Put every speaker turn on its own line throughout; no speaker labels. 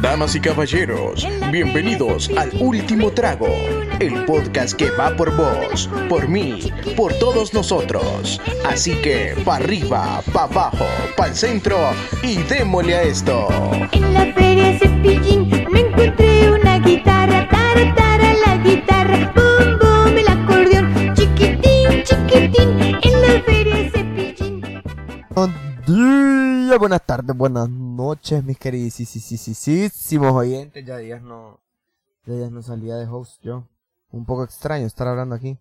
Damas y caballeros, bienvenidos al Último Trago, el podcast que va por vos, por mí, por todos nosotros. Así que, pa' arriba, pa' abajo, pa' el centro y démosle a esto.
En la feria Cepillín me encontré una guitarra, tara, tara, la guitarra, bum, bum, el acordeón, chiquitín, chiquitín, en la feria Cepillín.
Buen día, buenas tardes, buenas noches, mis queridísimos oyentes. Ya días no, ya días no salía de host yo. Un poco extraño estar hablando aquí.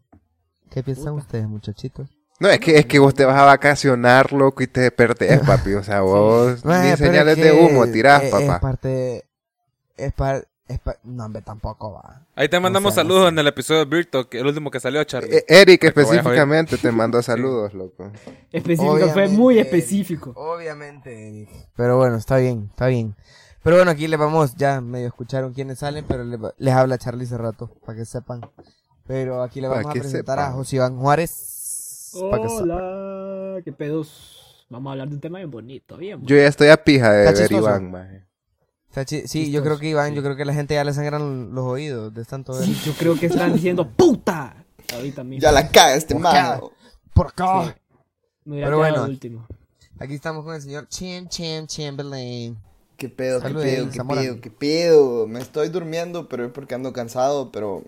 ¿Qué piensan ustedes, muchachitos?
No, es que, es que vos te vas a vacacionar, loco, y te perdés, papi. O sea, vos
Bueno,
ni
pero
señales
es
de
que
humo tirás,
es- Es
papá.
parte, es par- es par- no, hombre, tampoco va.
Ahí te mandamos
O sea,
saludos en el episodio de Beer Talk, el último que salió, Charlie.
Eh, Eric
Para que vayas a
específicamente te mando saludos, loco.
Específico, fue
Obviamente,
muy
Eric.
específico.
Obviamente, Eric. Pero bueno, está bien, está bien. Pero bueno, aquí les vamos, ya medio escucharon quiénes salen, pero les, va- les habla Charlie hace rato, para que sepan. Pero aquí le
Pa'
vamos a
que
presentar a
sepan.
José Iván Juárez. pa' que sepan.
Hola, qué pedos. Vamos a hablar de un tema bien bonito, bien.
Yo ya estoy a pija de
Está
ver
chistoso.
Iván, maje.
Está chi- sí, yo creo que Iván, yo creo que la gente ya le sangran los oídos de tanto ver.
bonito. Sí, yo creo que están diciendo puta ahorita mismo.
Ya la caga este
acá.
mago.
Por acá.
Me hubiera
Pero
quedado
bueno.
último.
Aquí estamos con el señor Chim Chim Chamberlain.
Qué pedo, qué
Salud,
pedo, qué
Zamora.
pedo, qué pedo. Me estoy durmiendo, pero es porque ando cansado, pero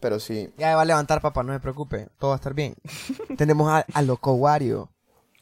pero sí.
Ya va a levantar, papá, no se preocupe. Todo va a estar bien. Tenemos a, a Loco Wario.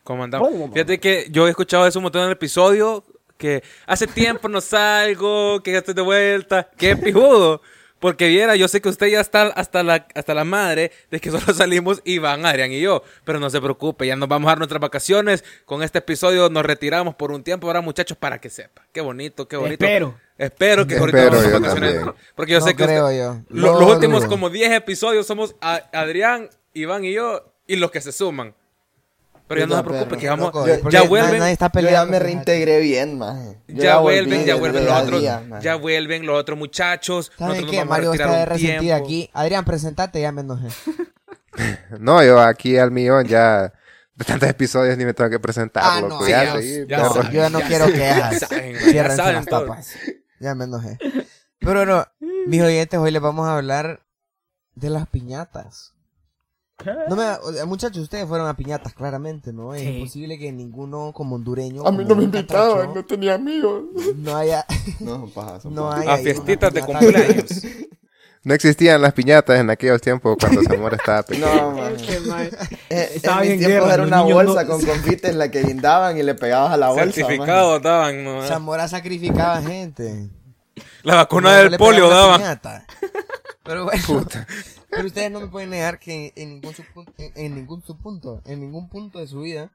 ¿Cómo andamos? Fíjate que yo he escuchado eso un montón en el episodio, que hace tiempo no salgo, que ya estoy de vuelta, qué pijudo. Porque viera, yo sé que usted ya está hasta la, hasta la madre de que solo salimos Iván, Adrián y yo. Pero no se preocupe, ya nos vamos a dar nuestras vacaciones. Con este episodio nos retiramos por un tiempo ahora, muchachos, para que sepa. Qué bonito, qué bonito.
Espero.
Espero que ahorita
Espero
vamos a
yo
vacaciones.
también.
Porque yo
No
sé que
creo
usted-
yo.
lo-
No
los últimos
dudo.
como 10 episodios somos a- Adrián, Iván y yo y los que se suman. Pero ya no se
Puta
preocupe
perro.
que vamos
Loco,
ya-
porque
ya
na-
vuelven.
Nadie está
Yo ya
peleando.
me reintegré bien, maje. Yo
ya
volví
vuelven, ya
de
vuelven los
verdad,
otros,
ya, maje.
ya vuelven los otros muchachos.
¿Saben
Nosotros
qué?
nos vamos
Mario
a
está de
retirar un
resentido
tiempo.
aquí. Adrián, presentate, ya me enojé.
No, yo aquí al millón ya... De tantos episodios ni me tengo que presentar,
Ah,
loco.
no,
ya,
ya,
seguí,
ya
perro.
No, yo ya no
ya
quiero
saben,
quejas.
ya saben, ya
Ciérrense
saben
las
todo.
tapas. Ya me enojé. Pero bueno, mis oyentes, hoy les vamos a hablar de las piñatas. No me, o sea, muchachos, ustedes fueron a piñatas, claramente, ¿no? Es
Sí.
imposible que ninguno como hondureño.
A mí
como
no me
un
invitaban, no
catracho,
tenía amigos.
No haya.
No, paja, son
No
paja.
hay
A
ahí una
fiestitas de
piñata.
cumpleaños.
No existían las piñatas en aquellos tiempos cuando Zamora estaba pequeño.
No, maje.
Este, mae.
Eh,
Estaba
en
bien
mis tiempos
guerra,
era
los
una
niños
bolsa
no-
con confites la que guindaban y le pegabas a la bolsa. maje.
Certificados daban. ¿no?
Zamora sacrificaba gente.
La
No,
vacuna
no
del
le
polio
pegaban la
daban.
piñata. Pero bueno, pero ustedes no me pueden negar que en ningún, su punto, en, en ningún su punto, en ningún punto de su vida,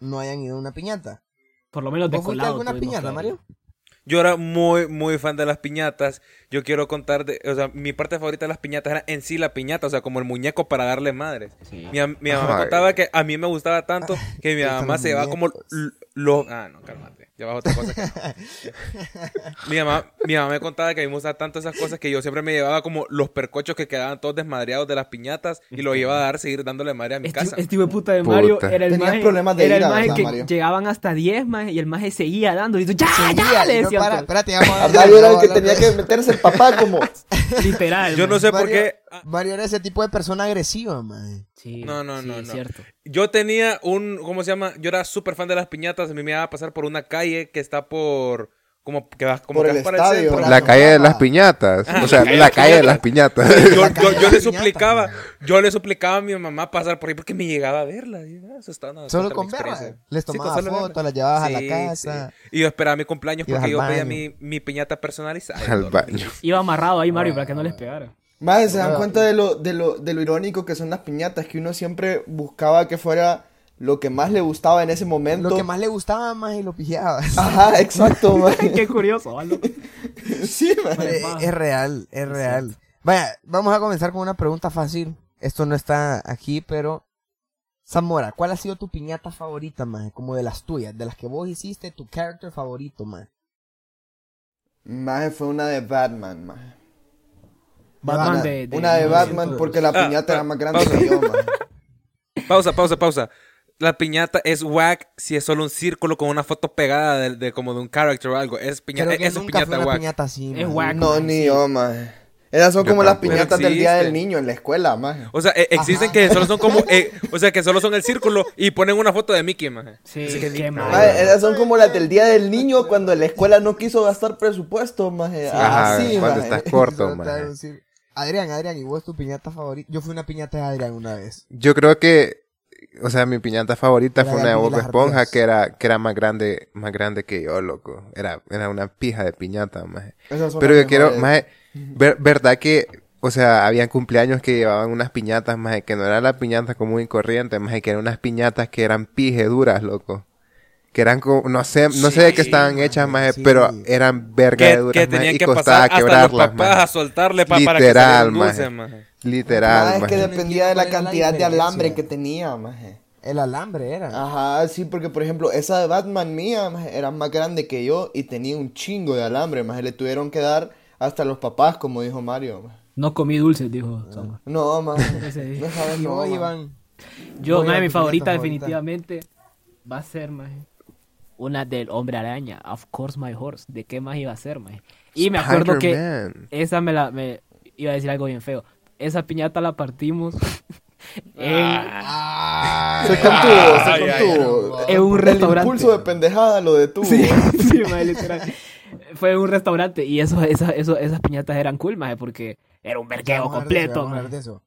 no hayan ido a una piñata.
Por lo menos de
¿Vos fuiste a
colado. Este
alguna
tuvimos que
piñata,
haber.
Mario?
Yo era muy, muy fan de las piñatas. Yo quiero contar, de, o sea, mi parte favorita de las piñatas era en sí la piñata, o sea, como el muñeco para darle madres.
Sí.
Mi, am- mi mamá
Ay.
contaba que a mí me gustaba tanto que mi
Ahí están
mamá
los
se va como
muñecos.
l- lo... Ah, no, cálmate. Ya vas a otra cosa que no. mi, mamá, mi mamá me contaba que a mí me gustaba tanto esas cosas que yo siempre me llevaba como los percochos que quedaban todos desmadreados de las piñatas y los iba a dar, seguir dándole madre a mi
Este,
casa.
este hijo de puta de Mario
Puta.
era el
Tenías
maje,
problemas de
era el
ira,
maje
¿verdad,
que
Mario?
llegaban hasta 10 maje, y el maje seguía dando y tú, Ah, ya,
Seguía,
ya, le
y no,
decían
para,
todos.
espérate, vamos a hablar,
Arnaldo Ah, era el
vamos
que
a hablar
tenía
de
que
eso.
meterse el papá como...
literal.
Yo no
mae.
sé por
Mario-
qué...
Mario era ese tipo de persona agresiva, man.
Sí,
No, no,
sí,
no,
es
no.
cierto.
Yo tenía un, ¿cómo se llama? Yo era súper fan de las piñatas. A mí me iba a pasar por una calle que está por, como que vas, como
Por
que
el
vas para
estadio.
centro.
La calle de las piñatas. O sea, la calle de las piñatas.
Yo, yo-
de
yo
las
le
piñatas,
suplicaba,
man.
yo le suplicaba a mi mamá pasar por ahí porque me llegaba a verla. y, ah, eso estaba nada,
Solo
contra
con
mi
verla.
experiencia.
Les
Sí, con
tomaba
solo verla.
fotos, las llevabas a la
Sí,
casa.
sí. Y yo esperaba mi cumpleaños
Ibas al
porque yo pedía
baño.
mi, mi piñata personalizada.
Al baño.
Iba amarrado ahí Mario para que no les pegara.
Madre, ¿se dan cuenta de lo, de, lo, de lo irónico que son las piñatas? Que uno siempre buscaba que fuera lo que más le gustaba en ese momento.
Lo que más le gustaba, más y lo pillabas.
Ajá, exacto, maje.
Qué curioso, ¿vale?
Sí, maje.
Eh, es real, es real. Vaya, vamos a comenzar con una pregunta fácil. Esto no está aquí, pero. Zamora, ¿cuál ha sido tu piñata favorita, man? Como de las tuyas, de las que vos hiciste, tu character favorito, man.
Maje fue una de Batman, maje.
Batman
Una-
de- de-
una de
de-
Batman porque la
Ah,
piñata
ah,
era más grande
pausa.
que yo, maje.
Pausa, pausa, pausa. la piñata es whack si es solo un círculo con una foto pegada de, de como de un character o algo. Es piña-
Creo que
eso es
nunca fue
piñata
una
whack.
piñata así,
Es
man.
Ah,
guaco.
No, ni yo, maje. Esas son
Yo
como las
tampoco.
piñatas del Día
Existe.
del Niño en la escuela, maje.
O sea, eh, existen que solo son como. eh, o sea, que solo son el círculo y ponen una foto de Mickey, maje.
Sí, qué
Maje,
mal.
esas son como las del Día del Niño cuando la escuela no quiso gastar presupuesto, maje.
Ajá,
Así,
cuando
maje.
estás corto,
Solo te voy a
maje.
decir, Adrián, Adrián, ¿y vos tu piñata favorita? Yo fui una piñata de Adrián una vez.
Yo creo que, o sea, mi piñata favorita
La
fue una de
Barbie y
Bob
las
Esponja
ardillas.
que era, que era más grande, más grande que yo, loco. Era, era una pija de piñata, maje.
Esas son
Pero
las
yo quiero,
mejores.
maje, ver- verdad que, o sea, habían cumpleaños que llevaban unas piñatas, maje, que no eran las piñatas común y corriente, maje, que eran unas piñatas que eran pije duras, loco. Que eran como, no sé, no sé de qué estaban hechas, maje,
sí.
pero eran verga de
Que,
duras,
que
maje,
tenían
y
que
costaba
pasar hasta los
quebrarlas,
papás
maje.
a soltarle pa- para que
Literal,
salieran
maje.
dulces, maje.
Ah,
Literal,
es que
maje.
dependía de la
¿Cuál era la
cantidad de
diferencia?
alambre que tenía, maje.
El alambre era.
Ajá, sí, porque por ejemplo, esa de Batman mía maje, era más grande que yo y tenía un chingo de alambre, más le tuvieron que dar hasta los papás, como dijo Mario. maje.
No comí dulces, dijo. Soma.
No, más.
Ese-
No sabes,
Y
no,
vos,
maje.
Iván.
Yo,
Voy
una
a
de
mi
mis favoritas,
piñata favorita.
definitivamente, va a ser, maje. Una del Hombre Araña, Of Course My Horse. ¿De qué más iba a ser, maje? Y me acuerdo que
Spider-Man.
esa me la. Me iba a decir algo bien feo. Esa piñata la partimos en,
Se contuvo, se contubo.
en un
El
restaurante.
impulso de pendejada lo detuvo.
Sí, sí, maje, literal. Fue en un restaurante y eso, esa- eso- esas piñatas eran cool, maje, porque era un vergueo
Vamos a hablar de eso, Vamos
completo,
a
maje.
hablar de eso.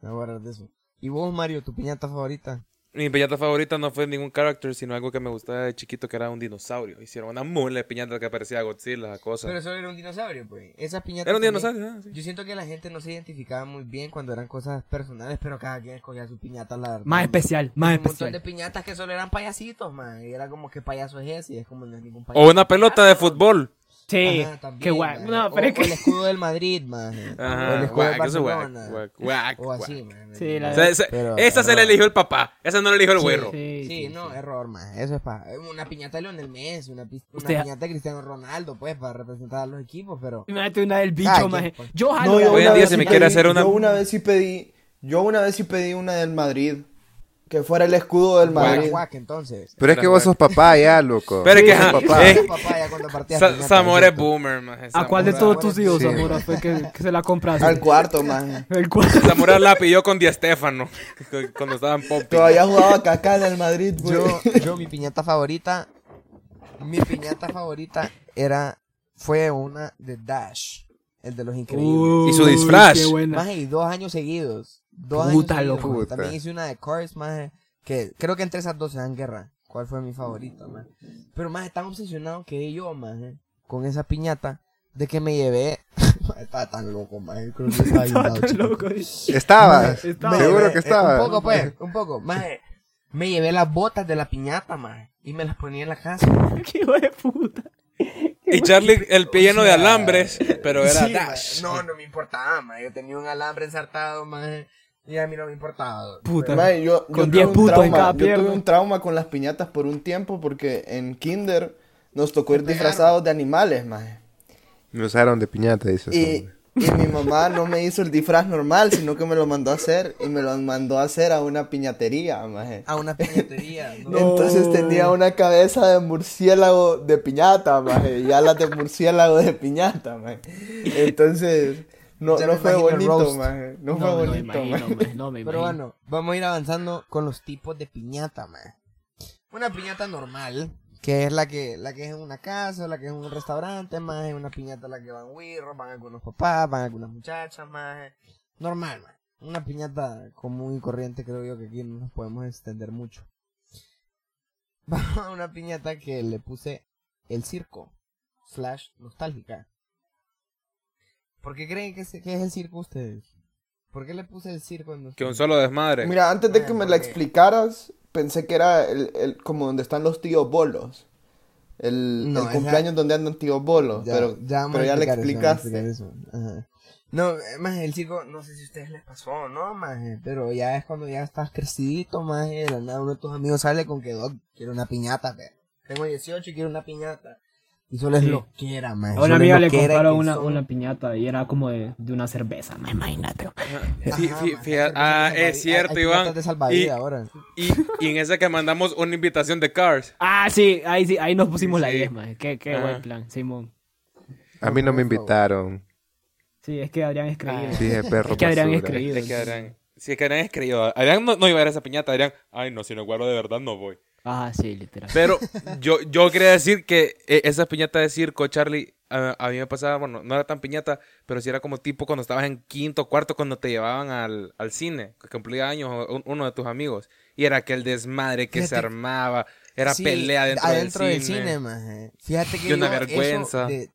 Vamos a hablar de eso. ¿Y vos, Mario, tu piñata favorita?
Mi piñata favorita no fue ningún character, sino algo que me gustaba de chiquito, que era un dinosaurio. Hicieron una mula de piñata que parecía Godzilla, cosas.
solo era un dinosaurio, pues. Esas piñatas.
Era un dinosaurio, ah, sí.
Yo siento que la gente no se identificaba muy bien cuando eran cosas personales, pero cada quien escogía su piñata, la verdad.
Más especial, más
un montón de
especial.
piñatas que solo eran payasitos, man. Y era como que payaso es ese, y es como no es ningún payaso.
O una pelota de fútbol.
Sí,
Ajá, también,
qué guay.
man.
No, pero
o,
es
o el
que...
escudo del Madrid, man. o el
Ajá,
escudo del
guac, eso es guac,
Barcelona.
guac, guac,
o
guac.
así, man.
Sí, la
O sea, esa
Pero-
esa se
pero-
la eligió el papá, esa no la eligió el güero.
Sí,
Sí,
sí,
no, error, man. Eso es para. Una piñata de Lionel Messi, una, pi- una
Usted-
piñata de Cristiano Ronaldo, pues, para representar a los equipos, pero.
Imagínate una del
Ay,
bicho,
qué
maje.
fuerte.
Yo
No,
jalo
yo
la-
Hoy en
una
día
vez
se
sí
me quiere
pedí-
hacer una-
Yo una vez sí pedí, yo una vez sí pedí una del Madrid, que fuera el escudo del
Guac,
Madrid.
guac, entonces.
Pero es que vos sos papá ya, loco.
Pero es que,
Vos sos
ajá,
papá.
eh,
Papá, ya cuando partías
Sa-
piñata,
Zamora es
¿no
boomer, maje.
¿A cuál de
Zamora-
todos tus hijos,
Sí.
Zamora, fue que, que se la compraste?
Al cuarto, maje.
El cual.
Zamora la pidió con Di Stefano, cuando estaba en Poppy.
Todavía jugaba Kaká en el Madrid, pues. güey.
Yo, yo, mi piñata favorita. Mi piñata favorita era. Fue una de Dash. El de los increíbles.
Y su disfraz.
Qué buena.
Maje, y dos años seguidos. Dos
Puta,
años seguidos,
loco.
maje.
Puta.
También hice una de Cars, maje. Que creo que entre esas dos se dan guerra. ¿Cuál fue mi favorita, maje? Pero, maje, tan obsesionado quedé yo, maje. Con esa piñata. De que me llevé. Maje, estaba tan loco, maje. Creo que estaba
Estaba
ayudado,
tan
chico.
loco.
Estabas.
Estaba.
Seguro
llevé-
que
eh,
estabas.
Un poco, pues, un poco. Maje, me llevé las botas de la piñata, maje. Y me las ponía en la casa.
Qué hijo de puta.
Y Charlie, el pie lleno de alambres, pero era
Sí, maje.
Dash.
No, no me importaba, maje. Yo tenía un alambre ensartado, maje. Y a mí no me importaba.
Puta.
Mae, yo, yo
Con
tuve
10
un
puntos en
trauma-
cada
Yo
pierna.
tuve un trauma con las piñatas por un tiempo porque en kinder nos tocó ir disfrazados de animales, maje.
Me usaron de piñata, dices.
Y, y mi mamá no me hizo el disfraz normal, sino que me lo mandó a hacer y me lo mandó a hacer a una piñatería, maje.
A una piñatería, Ah, ¿no?
Entonces tenía una cabeza de murciélago de piñata, maje, y alas de murciélago de piñata, maje. Entonces, no,
Ya
no
me
fue
imagino el
bonito,
roast.
maje. No,
No,
fue
me
bonito,
imagino,
maje.
maje, no me imagino.
Pero bueno, vamos a ir avanzando con los tipos de piñata, man. Una piñata normal, que es la que, la que es en una casa, la que es en un restaurante, más es una piñata la que van wirros, van algunos papás, van algunas muchachas, más normal, man. Una piñata común y corriente, creo yo que aquí no nos podemos extender mucho. Vamos a una piñata que le puse el circo, slash nostálgica. ¿Por qué creen que, se- que es el circo ustedes? ¿Por qué le puse el circo en
Que un solo desmadre.
Mira, antes de que me la
Eh, Porque-
explicaras, pensé que era el, el- como donde están los tíos bolos. El,
No,
el
esa-
cumpleaños donde andan tíos bolos. pero ya,
vamos
pero
a
ya le
explicar eso,
explicaste.
vamos a explicar eso. Ajá. No, más el circo, no sé si a ustedes les pasó, ¿no? Más, pero ya es cuando ya estás crecidito, más de "Oh, la nada uno de tus amigos sale con que, "Doc, quiero una piñata, pero tengo 18 y quiero una piñata. Y solo es
Sí.
lo que era, maje.
A una
solo es
amiga
lo
le
que era
compraron
que
una,
solo-
una piñata y era como de, de una cerveza, ma, imagínate.
Fí-
Ajá,
fí-
maje,
fía-
hay
ah,
piñatas de
es
salvavidas,
cierto,
hay
Iván.
piñatas de
Y,
salvavidas ahora.
y, y en esa que mandamos una invitación de Cars.
Ah, sí, ahí sí, ahí nos pusimos la
Sí.
10, maje. Qué, qué
Ajá.
buen plan, Simón.
A mí no me invitaron.
Sí, es que Adrián es creído.
Dije perro
es que Adrián es
basura.
creído.
Es que Adrián. Sí, es que Adrián es creído. Adrián no, no iba a ir a esa piñata. Adrián, ay, no, si no guardo de verdad no voy.
Ah, sí, literal.
Pero yo, yo quería decir que eh, esa piñata de circo, Charlie, a, a mí me pasaba, bueno, no era tan piñata, pero sí era como tipo cuando estabas en quinto, cuarto, cuando te llevaban al, al cine, que cumplía años o un- uno de tus amigos. Y era aquel desmadre que se
Fíjate-
armaba, era
Sí,
pelea dentro,
adentro
del, cine.
maje. Fíjate que
Y una
yo eso
vergüenza.
de-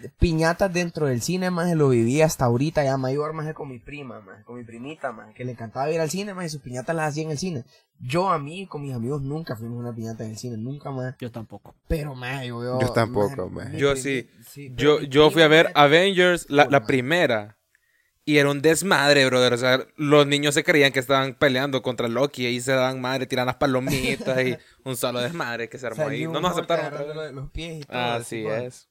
de piñatas dentro del cine, maje, lo viví hasta ahorita ya mayor, maje, con mi prima, maje, con mi primita, maje, que le encantaba ir al cine, maje, y sus piñatas las hacía en el cine. Yo a mí, con mis amigos, nunca fuimos a una piñata en el cine, nunca, más
Yo tampoco.
Pero, maje, yo...
Yo tampoco, maje.
mi
Yo
primi-
sí.
pero
Yo,
mi
yo fui
prima,
a ver
maje,
Avengers, la, la
Forma.
primera. Y era un desmadre, brother. O sea, los niños se creían que estaban peleando contra Loki. Y se daban madre, tiran las palomitas y un solo desmadre que se armó ahí.
salimos,
No nos aceptaron.
Te
otra vez.
agarran de los pies y todo,
Así
bueno.
es.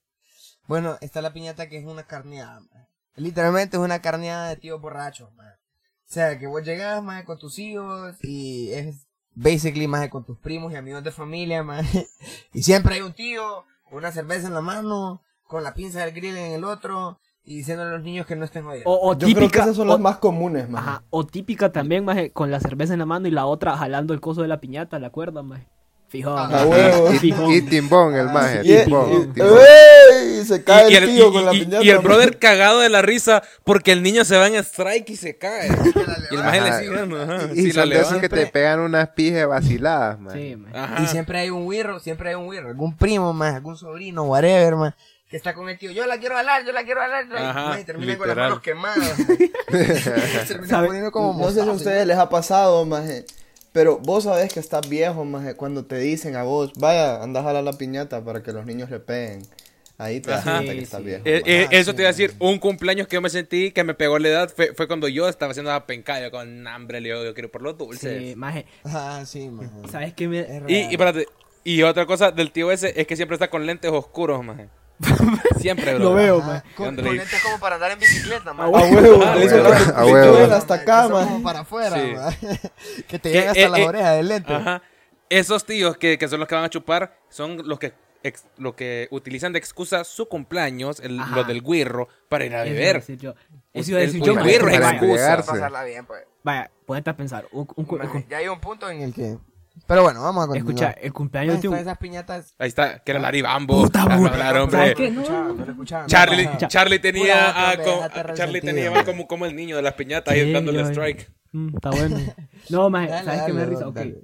Bueno, está la piñata que es una carneada, ma. Literalmente es una carneada de tíos borrachos, ma. O sea, que vos llegás, más con tus hijos y es basically más con tus primos y amigos de familia, más Y siempre hay un tío con una cerveza en la mano, con la pinza del grill en el otro y diciéndole a los niños que no estén jodidos.
O,
Oh,
o
Yo creo que
típica.
esas son
o-
las más comunes, maje.
Ajá, o típica también, maje, con la cerveza en la mano y la otra jalando el coso de la piñata, ¿la cuerda, maje? Fijón.
Ah,
A huevo.
Fijón.
Y Timbón, el maje.
Y,
Timbón.
y-
Timbón.
Eh,
¡Ey! Se cae
Y, y
el
el,
tío
y-
con la
y-
piñata.
y el
maje.
brother cagado de la risa porque el niño se va en strike y se cae. y el maje le
Ajá.
sigue dando, ajá,
Y
sí, la
son de esos
levanta.
que te pegan unas pijas vaciladas, man.
Sí, maje.
Ajá.
Y siempre hay un wirro, siempre hay un wirro, algún primo más, algún sobrino, whatever, más, que está con el tío, yo la quiero jalar, yo la quiero jalar, yo la-
Ajá,
ma, y termina con las
literal.
manos quemadas. ma. Y termina
¿Sabe?
poniendo como
No sé si a
mostaza.
ustedes les ha pasado, maje. Pero vos sabés que estás viejo, maje, cuando te dicen a vos, vaya, andás a jalar la piñata para que los niños le peguen. Ahí te das
Ajá.
cuenta que
Sí,
estás
sí.
viejo.
Eh,
maje.
eh, eso te iba a decir, un cumpleaños que yo me sentí que me pegó la edad fue, fue cuando yo estaba haciendo la pencada con hambre, le digo, yo quiero por los dulces.
Sí, maje.
Ah, sí, maje.
¿Sabes qué me.?
Es
Y, y
real.
espérate, y otra cosa del tío ese es que siempre está con lentes oscuros, maje. Siempre, bro.
Lo veo,
Ajá.
maje.
Con,
Ándale.
con lentes como para andar en bicicleta, ma.
Ah,
A huevo,
Ah,
de eso
huevo,
que
a
te
huevo.
llegan hasta acá,
Que son como
maje.
para afuera,
Sí.
ma. que te
Que,
llegan hasta
eh,
las
eh,
orejas del lente.
Ajá. Esos tíos que, que son los que van a chupar son los que ex- lo que utilizan de excusa su cumpleaños, el-
Ajá.
los del guirro, para ir a
Eso iba
beber.
decir yo. Eso iba a
El-
decir
el
yo,
Para
maje.
birro,
Vaya,
excusa.
entregarse.
Pasarla bien, pues.
Vaya, ponete a pensar. Un, un cu-
Maje, ya hay un punto en el que... Pero bueno, vamos a continuar.
escucha, el
Ma,
cumpleaños de
están
un.
esas piñatas...
Ahí está, que era Laribambo.
Puta,
Ah,
puta.
hablar,
¿Sabes
hombre.
qué? No.
escuchaba, no lo escuchaba, no
Charlie,
pasaba.
Charlie tenía,
Pura
a-
hombre,
como,
déjate
Charlie
resentido.
tenía como, como el niño de las piñatas ahí
Sí,
dándole
yo-
strike.
Mm, está bueno. No, maje,
Dale,
¿sabes qué me da
dale,
risa?
don,
Ok.
dale.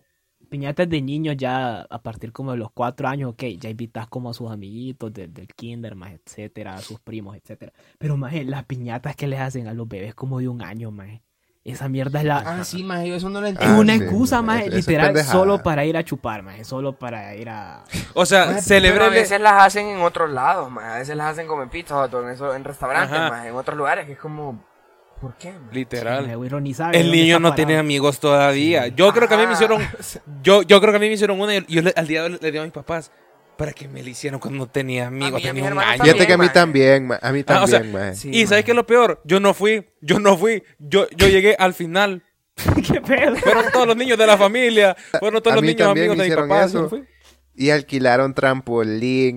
Piñatas de niños ya a partir como de los cuatro años, ok, ya invitas como a sus amiguitos de- del kinder, más etcétera, a sus primos, etcétera. Pero más las piñatas que les hacen a los bebés como de un año, más esa mierda es la,
Ah, sí, ma, yo eso no lo
es
entiendo.
Ah,
una
sí,
excusa,
eso-
más
eso es
literal,
pendejada.
solo para ir a chupar, más solo para ir a...
O sea,
Ma,
celebré
pero a veces las hacen en otros lados, ma. A veces las hacen como en pizzas o en, eso- en restaurantes,
Ajá.
ma, en otros lugares. Que es como... ¿Por qué, ma?
literal.
Maje, güey, ni sabe
El
dónde
niño
está
no
parado. Ah.
tiene amigos todavía. Yo creo que a mí me
Ajá.
hicieron. Yo, yo creo que a mí me hicieron una y yo le- al día de hoy le digo a mis papás para que me la hicieron cuando no tenía amigos.
mí, a
tenía
mis
un
hermanos
año.
también.
Fíjate que a mí
maje.
también, ma- a mí
Ah, o sea,
también, man.
sí.
y sabes qué es lo peor, yo no fui, yo no fui, yo, yo llegué al final.
¿Qué pedo?
Fueron todos los niños de la familia, fueron todos
A
los
mí
niños
también
amigos de mi
hicieron
papá.
eso.
yo no fui.
Y alquilaron trampolín,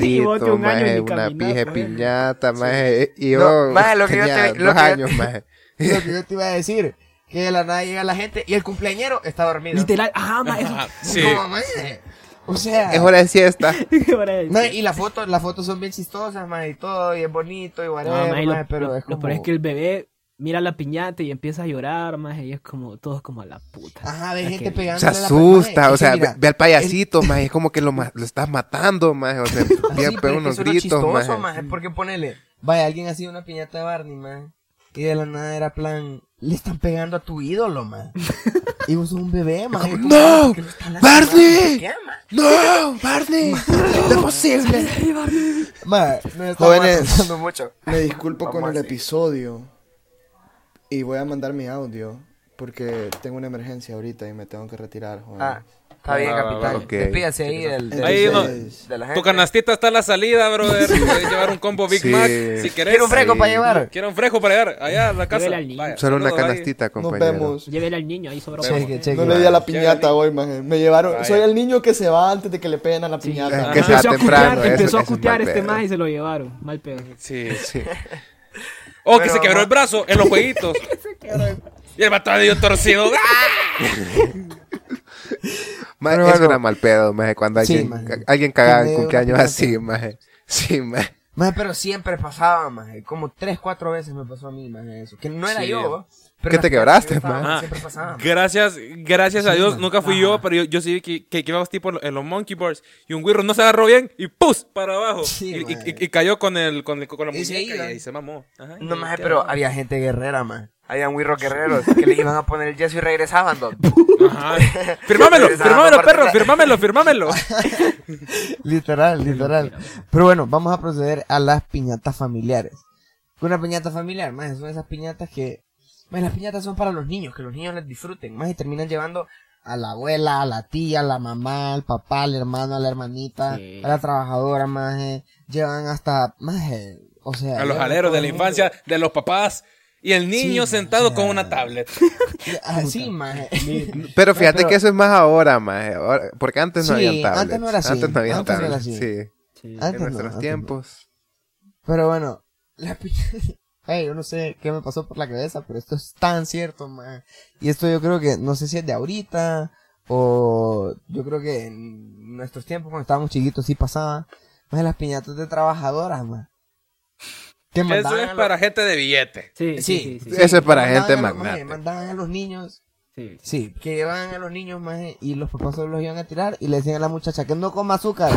Y vos de
payasito,
un año
maje,
ni pues.
una
caminar,
pija de
maje.
piñata, maje. Y yo
No, maje, lo que yo
tenía
te- lo
dos
que yo-
años, maje.
lo que yo te iba a decir. Que de la nada llega la gente y el cumpleañero está dormido.
Literal, ajá, maje, Ah, eso-
Ajá, Ah, sí.
No, maje. O sea,
Es hora de siesta.
¿qué van a decir?
maje, y las fotos, las fotos son bien chistosas, más y todo, y es bonito, y
No,
whatever,
maje, lo-
maje, pero
lo-
es
lo
como...
peor es que el bebé mira la piñata y empieza a llorar, más y es como, todos como a la puta.
Ajá,
Es
de gente
que-
pegando.
Se asusta, o sea, ve, ve al payasito, maje. Es como que lo, ma- lo estás matando, maje. O sea, pega- pega unos gritos, maje.
Porque ponele, vaya, alguien ha sido una piñata de Barney, maje, y de la nada era plan, le están pegando a tu ídolo, maje. y vos sos un bebé, maje. es como,
¡No!
¿por qué lo están lastimando?
¡Barney!
¿Por qué, maje?
¡No! ¡Barney! ¡No es posible!
Maje, nos estamos
Jóvenes.
atrasando mucho.
Me disculpo con
Vamos
el
así.
episodio. Y voy a mandar mi audio. Porque tengo una emergencia ahorita y me tengo que retirar, jóvenes.
Ah, Está bien,
Ah,
capitán.
ok.
Despídase ahí del, del-
Ahí, no.
de la gente.
Tu canastita está a la salida, brother. Puedes llevar un combo Big
Sí.
Mac si querés.
Quiero un fresco
Sí.
para llevar.
Quiero un fresco para llegar allá a la casa.
Llévele al niño.
Vaya,
Solo una
saludos ahí.
canastita,
Nos
compañero.
vemos.
Llévele al niño ahí sobre
Cheque, cheque.
No le di a la
Llega
piñata
el-
hoy, maje. Me llevaron.
Vaya.
Soy el niño que se va antes de que le peguen a la piñata.
Ah,
Es que sea
empezó a
temprano.
cutear, empezó
eso- eso
a
es
cutear
mal
este
pedo.
más y se lo llevaron. Mal pedo.
Sí, sí. O Oh, que
Pero
se quebró
vamos.
el brazo en los jueguitos. y el matón dio torcido.
Ah,
Maje,
Pero
eso
bueno.
era mal pedo, maje, cuando
Sí,
alguien,
maje.
ca- alguien cagaba en
Tiene una
cumpleaños
pinta.
así, maje. Sí, maje.
Maje, pero siempre pasaba, maje. Como tres, cuatro veces me pasó a mí, maje, eso. Que no era
Sí.
yo, ¿va? pero
¿Qué
las personas
te quebraste,
que estaban,
maje?
Siempre pasaba.
Gracias, gracias a Dios, nunca fui yo, pero yo, yo sí vi que, que, que iba tipo en lo- en los monkey bars y un güirro no se agarró bien y ¡pus! para abajo.
Sí,
y, y-
man.
y- y cayó con el con, el, con la
Y se
muñeca y,
iba.
ahí se mamó. Ajá,
No,
y
maje,
quedó.
pero había gente guerrera, maje. Había wirro guerreros que le iban a poner el yeso y regresaban, don.
Ajá. Firmámelo,
Regresaban
firmámelo,
aparte
perro,
de-
firmámelo, firmámelo.
Literal, literal. Pero bueno, vamos a proceder a las piñatas familiares.
Una piñata familiar, maje, son esas piñatas que... Maje, las piñatas son para los niños, que los niños las disfruten, maje, y terminan llevando...
A la abuela, a la tía, a la mamá, al papá, al hermano, a la hermanita,
Sí.
a la trabajadora, maje. Llevan hasta, maje, o sea...
A los
llevan
jaleros
todo
de la
el mundo.
infancia, de los papás y el niño
Sí,
sentado
o sea,
con una tablet.
Ah, sí, maje.
Pero fíjate
pero-
que eso es más ahora, maje. ahora- porque antes no
Sí,
había tablets.
antes no era así,
Antes no había
antes no era
tablets,
así.
sí.
Sí.
Antes
En
no,
nuestros
antes no.
tiempos.
Pero bueno, la pi- Ey, yo no sé qué me pasó por la cabeza, pero esto es tan cierto, man. Y esto yo creo que, no sé si es de ahorita, o yo creo que en nuestros tiempos, cuando estábamos chiquitos, sí pasaba. Más las piñatas de trabajadoras, man. Que
Eso
mandaban
es
a los-
para gente de billete.
Sí, sí, sí. sí,
Eso es para
mandaban
gente
a los-
magnate.
maje, Mandaban a los niños,
sí.
sí, que llevaban a los niños, maje, y los papás solo los iban a tirar y le decían a la muchacha que no coma azúcar.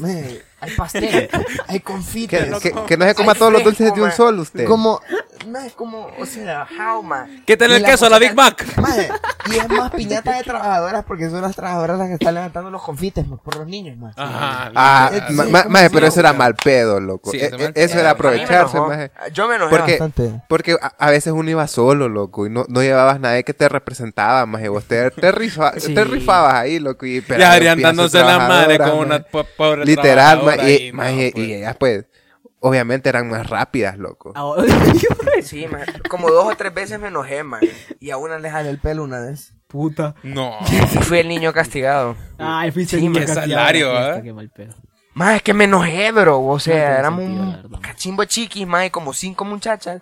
Maje,
Hay pastel, hay
Que,
confites.
que- que no se coma
Ay,
todos los
fresco,
dulces de un
maje.
solo usted.
como
Maje, Este, como, o sea, how, maje.
Quítale
Y
el
la
queso a la
muchacha-
Big Mac.
Madre, y es más
piñata
piñata
de
de
trabajadoras porque son las trabajadoras las que están levantando los confites.
trapites ma, por los niños, más.
Ajá.
Ah,
Sí,
ma-
sí,
ma-
sí,
maje,
sí,
pero
sí,
eso era mal pedo, loco.
Sí,
E-
eso
e-
mal
eso era
pedo. A mí me
aprovecharse,
enojó.
maje.
Yo me enojé
Porque-
Bastante.
Porque a, a veces uno iba solo, loco, y no, no llevabas nadie que te representaba, maje. Vos te, te, rifa-
Sí.
te rifabas ahí, loco. Y, pero
Ya Adrián
empiezan
dándose la madre
trabajadoras,
con una
maje.
po- pobre
Literal, eh,
trabajadora
maje, y,
ahí,
maje,
no, pues. Ah,
y ellas, pues, obviamente eran más rápidas, loco.
Ahora-
Sí, maje. Como dos o tres veces me enojé, man. Y a una le jalé el pelo una vez.
Puta.
No.
Y fui el niño castigado.
Ay, fuiste
Sí,
niño
qué
castigado
salario,
de la fiesta,
¿eh?
Qué mal pedo.
Más es que me enojé, bro. O
No
sea,
tiene
éramos
sentido, la
un
verdad.
cachimbo chiquis, más como cinco muchachas.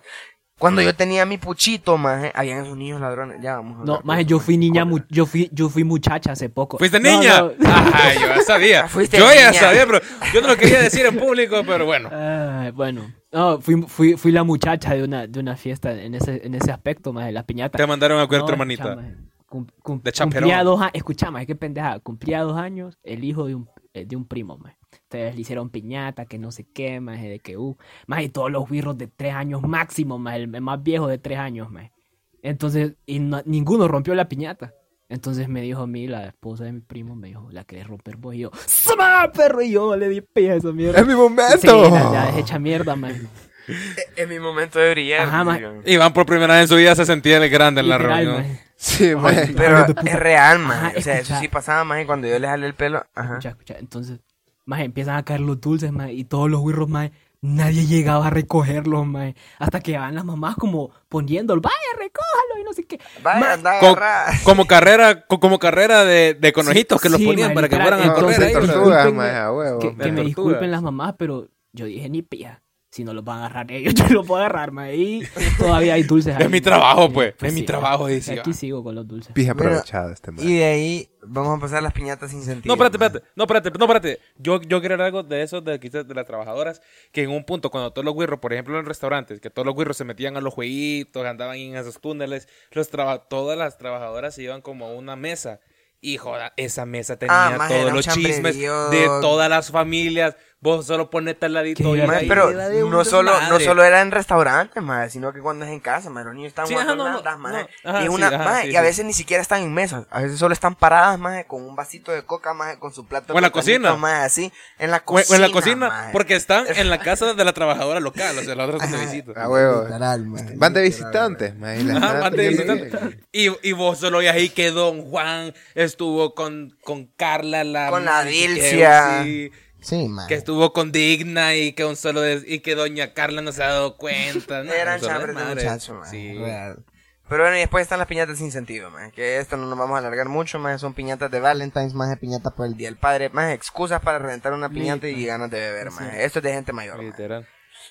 Cuando yo tenía mi puchito, más habían esos niños ladrones. Ya vamos. a
No,
hablar
maje,
de
yo
eso,
fui
maje.
niña,
Con-
mu- yo fui, yo fui muchacha hace poco.
¿Fuiste
No,
niña?
no.
Ajá, yo ya sabía.
Ah, fuiste
yo ya
niña.
sabía, pero yo no lo quería decir en público, pero bueno.
Ay, bueno, no, fui, fui, fui la muchacha de una, de una fiesta en ese, en ese aspecto, maje, las piñatas.
Te mandaron a cuidar
No,
tu hermanita.
chama, cum- cum-
De
cumplía
chaperón.
dos años, escucha, maje, qué pendeja, cumplía dos años el hijo de un, eh, de un primo, maje. Entonces le hicieron piñata, que no sé qué, maje, de que, uh, maje, todos los birros de tres años máximo, maje, el más viejo de tres años, maje. Entonces, y no- ninguno rompió la piñata. Entonces me dijo a mí, la esposa de mi primo, me dijo, ¿la querés romper vos? Y yo, ¡Sama, perro! Y yo no le di pija a esa mierda.
¡Es mi
Sí,
momento!
la, la es hecha mierda, man.
Es mi momento de brillar.
Ajá, maje.
digo.
Iván por primera vez en su vida se sentía el grande en la
Literal,
reunión.
man.
Sí, maje.
Pero
Hablando de puta.
es real, man.
Ajá,
o sea, eso
escucha.
sí pasaba, más cuando yo le jalé el pelo. Ajá.
Escucha, escucha. Entonces, más empiezan a caer los dulces, más y todos los güirros, más nadie llegaba a recogerlos, más hasta que van las mamás como poniendo, vaya, recójalo y no sé qué.
Vaya,
Ma-
anda a
Co-
agarrar.
como carrera, co- como carrera de, de conejitos que los
Sí,
ponían
man,
para que
literal.
fueran a
Entonces,
correr ahí,
tortuga.
bro.
tortugas,
disculpen,
maje, a huevo.
que que
maje.
me
tortugas.
disculpen las mamás, pero yo dije ni pija. Si no los van a agarrar ellos, yo los puedo agarrar, ma. Y todavía hay dulces.
Es
ahí,
mi
ma.
trabajo, pues. Es
sí,
mi
ma.
trabajo, dice.
Aquí sigo con los dulces.
Pija
Bueno,
aprovechado este maje.
Y de ahí vamos a pasar las piñatas sin sentido.
No, espérate,
maje.
espérate. No, espérate, no, espérate. Yo, yo quiero hablar algo de eso, de, quizás de las trabajadoras, que en un punto, cuando todos los guirros, por ejemplo, en los restaurantes, que todos los guirros se metían a los jueguitos, andaban en esos túneles, los traba- todas las trabajadoras se iban como a una mesa. Y joda, esa mesa tenía
maje,
todos
era un
los chismes
chambrerío.
de todas las familias. Vos solo ponete al
Que
ladito. y
mae,
ahí
pero
era de un
no solo, no
desmadre.
solo era en restaurantes, mae, sino que cuando es en casa, mae, los niños están
Sí,
jugando
ajá, no,
natas,
no,
mae,
no, ajá,
y,
sí,
una,
ajá,
mae,
sí,
y
sí.
a veces ni siquiera están en mesas, a veces solo están paradas, mae, con un vasito de coca, mae, con su plato.
O en la
platanito,
cocina.
mae, así, en la
O- o
cocina.
en la cocina,
mae.
porque están en la casa de la trabajadora local, o sea, la otra que te visita.
ah,
Ah,
A huevo.
Literal, mae,
Van de
literal,
visitantes, mae, y la
Ajá,
están
van de
atendiendo
visitante.
bien.
Y, y vos solo y ahí que Don Juan estuvo con, con Carla, la.
Con la
que-
Dilcia.
sí,
mae. Sí, mae.
Que estuvo con Digna y que un solo de- y que Doña Carla no se ha dado cuenta. No,
Eran
un solo
chambres de
desmadre.
muchacho, mae,
Sí.
real. Pero bueno, y después están las piñatas sin sentido, mae, que esto no nos vamos a alargar mucho, mae, son piñatas de Valentine's, mae, piñatas por el Día del Padre, mae, excusas para reventar una piñata y ganas de beber, mae. Esto es de gente mayor, mae.
Literal.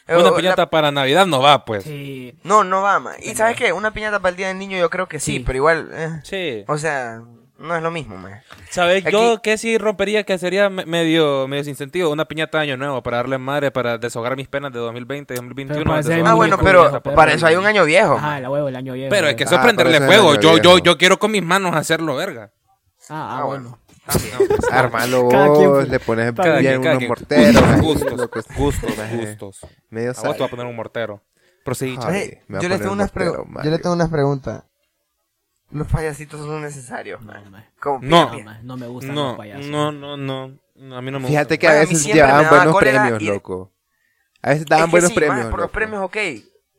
Eh, o-
Una
la-
piñata para Navidad no va, pues. Sí.
Sí.
No, no va, ma. ¿Y sabes qué? Una piñata para el día del niño yo creo que sí,
Sí.
pero igual... eh, O sea, no es lo mismo, ma.
¿Sabes?
Aquí-
Yo que sí rompería que sería me- medio, medio sin sentido. Una piñata de año nuevo para darle madre, para deshogar mis penas de 2020, 2021.
Pero para ser
deshogar
Ah,
mis
bueno,
muñeco,
penas.
pero
pero-
para eso hay un año
Oh,
viejo. ma.
Ah, la huevo el año viejo.
Pero es que eso es
Ah,
prenderle
pero eso es el
fuego.
año
Yo, yo,
viejo.
yo quiero con mis manos hacerlo, verga.
Ah, ah,
Ah,
bueno.
Armalo
Cada quien-
vos, le pones
cada
bien
quien, cada
unos
quien.
morteros. ahí,
Gustos,
lo que-
Gustos,
Ajá.
gustos.
Medio
A vos te
sal.
voy a poner un mortero. Proseguí,
Ajá.
chaval.
Ey,
me va
yo, les
a poner
tengo
un
unas
mortero,
pregu-
Mario.
Yo le tengo unas preguntas.
Los payasitos son necesarios, ma.
No, ma.
Como
No.
No,
piña.
ma, Ah, no me gustan los
No,
payasos.
no, no, no. no, A mí no me
Fíjate que
gusta.
a
Bueno, a mí
veces
siempre me
llevaban
daba
buenos
cólera
premios,
ir-
loco. A veces
Es
daban
que
buenos
sí, ma,
premios.
por los
loco.
premios, ok.